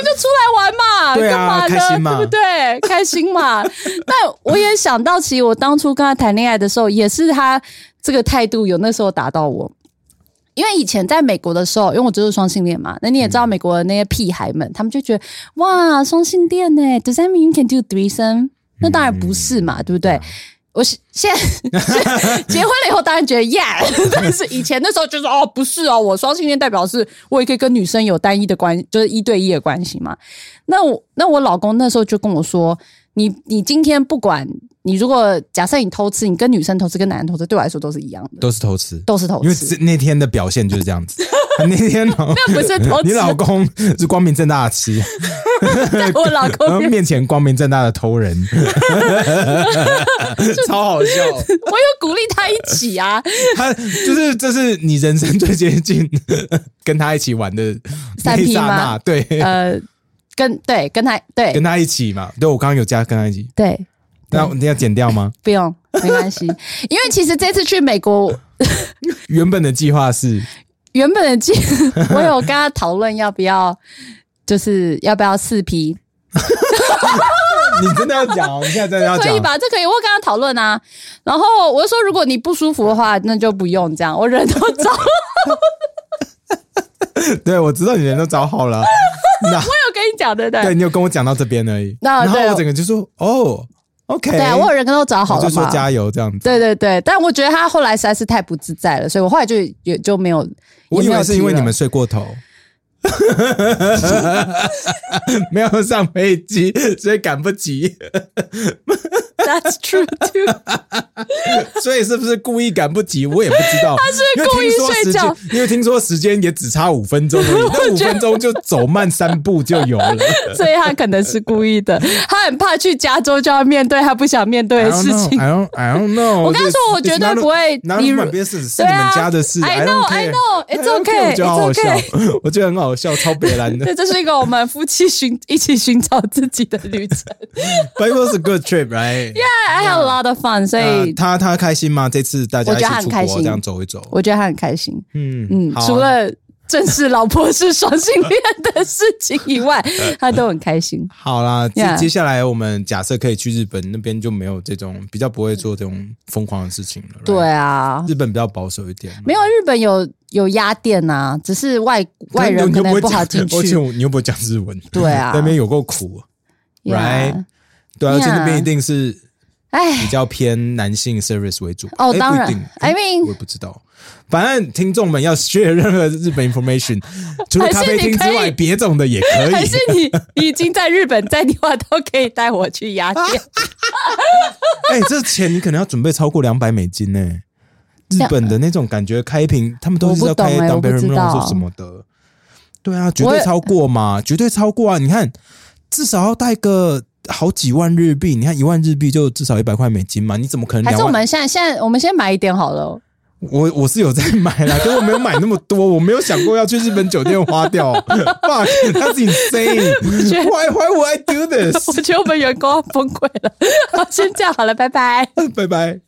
得就出来玩嘛，
对啊
干嘛呢？
开心嘛
对不对？开 心嘛。那我也想到，其实我当初跟他谈恋爱的时候，也是他这个态度有那时候打到我。因为以前在美国的时候，因为我就是双性恋嘛，那你也知道美国的那些屁孩
嗯
们，他们就觉得哇，双性恋呢，Does that mean you can do threesome？那当然不是嘛，对
嗯
不对？我是现 在结婚了以后，当然觉得 yeah，但 是以前那时候就是哦，不是哦，我双性恋代表是我也可以跟女生有单一的关，就是一对一的关系嘛。那我那我老公那时候就跟我说，你你今天不管你如果假设你偷吃，你跟女生偷吃跟男人偷吃，对我来说都是一样 的，
都是偷吃，
都是偷
因为
吃
这，那天的表现就是这样子。 他那天哦，
那 不是 偷吃，
你老公是光明正大的吃，
我老
然后
公
面前光明正大的偷人， 超好笑。
我有鼓励他一起啊，
他就是这是你人生最接近 跟他一起玩的那
三
一
P
刹
吗
那，对，
呃，跟对跟他对
跟他一起嘛。对我刚刚有加跟他一起，
对，
那
嗯
你要剪掉吗？
不用没关系，因为其实这次去美国。
原本的计 划是
原本的计， 我有跟他讨论要不要，就是要不要四 P，
你真的要讲哦，你现在真的要
可
讲
以吧？这可以，我有跟他讨论啊。然后我就说，如果你不舒服的话，那就不用这样。我人都找，我
对，我知道你人都找好了，那
有跟你讲对不对？
对你有跟我讲到这边而已。
呃 那
然后
对
我整个就说哦，OK，
对啊，我有人都找好
我
了
就说
嘛。
加油这样子。
对对对，但我觉得他后来实在是太不自在了，所以我后来就也就没有。
我以
也没有
为是因为
提了
你们睡过头， 没有上飞机，所以赶不及，
That's true too。
所以是不是故意赶不及？我也不知 道。他
是故意睡觉，
因为听说时间也只差五分钟而已， 那五分钟就走慢三步就有了。
所以他可能是故意的，他很怕去加州就要面对他不想面 对
I
的
don't
事
know,
情。
I don't, I don't know。我
我跟他说我绝对不会
拿
你
你
如
满别事是
对
你
啊
们家的事。don't
I know, I
care
know, it's
I don't care，我
okay,
觉得好好
it's
笑
okay，
我觉得很好笑，超北蓝的
对，。这是一个我们夫妻寻一起寻找自己的旅程。
But it was a good trip, right?
I had a lot of fun，所
呃
以
他他开心吗？这次大家
我觉得他
一
很
起出
开
国
心
这样走一走，
我觉得他很开心。
嗯
嗯，
好啊
除了正视老婆是双 性恋的事情以 外，他都很开心。
好啦，接
Yeah
接下来我们假设可以去日本那边就没有这种比较不会做这种疯狂的事情了。
对
right？
啊，
日本比较保守一点，
没有日本有有压店啊，只是外外人
你
可
又
能
会
不好进
讲而且
去。
我你又不会讲日文，
对啊
那边有够苦，
Yeah
right？对啊，而且
Yeah
那边一定是比
哎，
较偏男性 service 为主吧。
哦
哎
当然
不一定
I mean-
我也不知道。反正听众们要 share 任何 日本 information，除了咖啡厅之
还是你可
外，
以
别种的也可
还
以
是。 你已经在日本在地方都可以带我去压店。
哎、这钱你可能要准备超过两百美金呢、日本的那种感觉，开瓶他们都是要开
我
当
不懂欸
b e r
我
r
不
y
知道
room 什么的。对啊，绝对超过嘛，绝对超过啊！你看，至少要带个好几万日币，你看一万日币就至少一百块美金嘛，你怎么可能
还
两
是我
万？
们现在现在我们先买一点好了。哦
我我是有在买啦，可是我没有买那么多，我没有想过要去日本酒店花掉。Fuck, that's insane!
觉得
Why why would I do this?
我觉得我们员工要崩溃了。好，先这样好了，拜拜。
拜拜。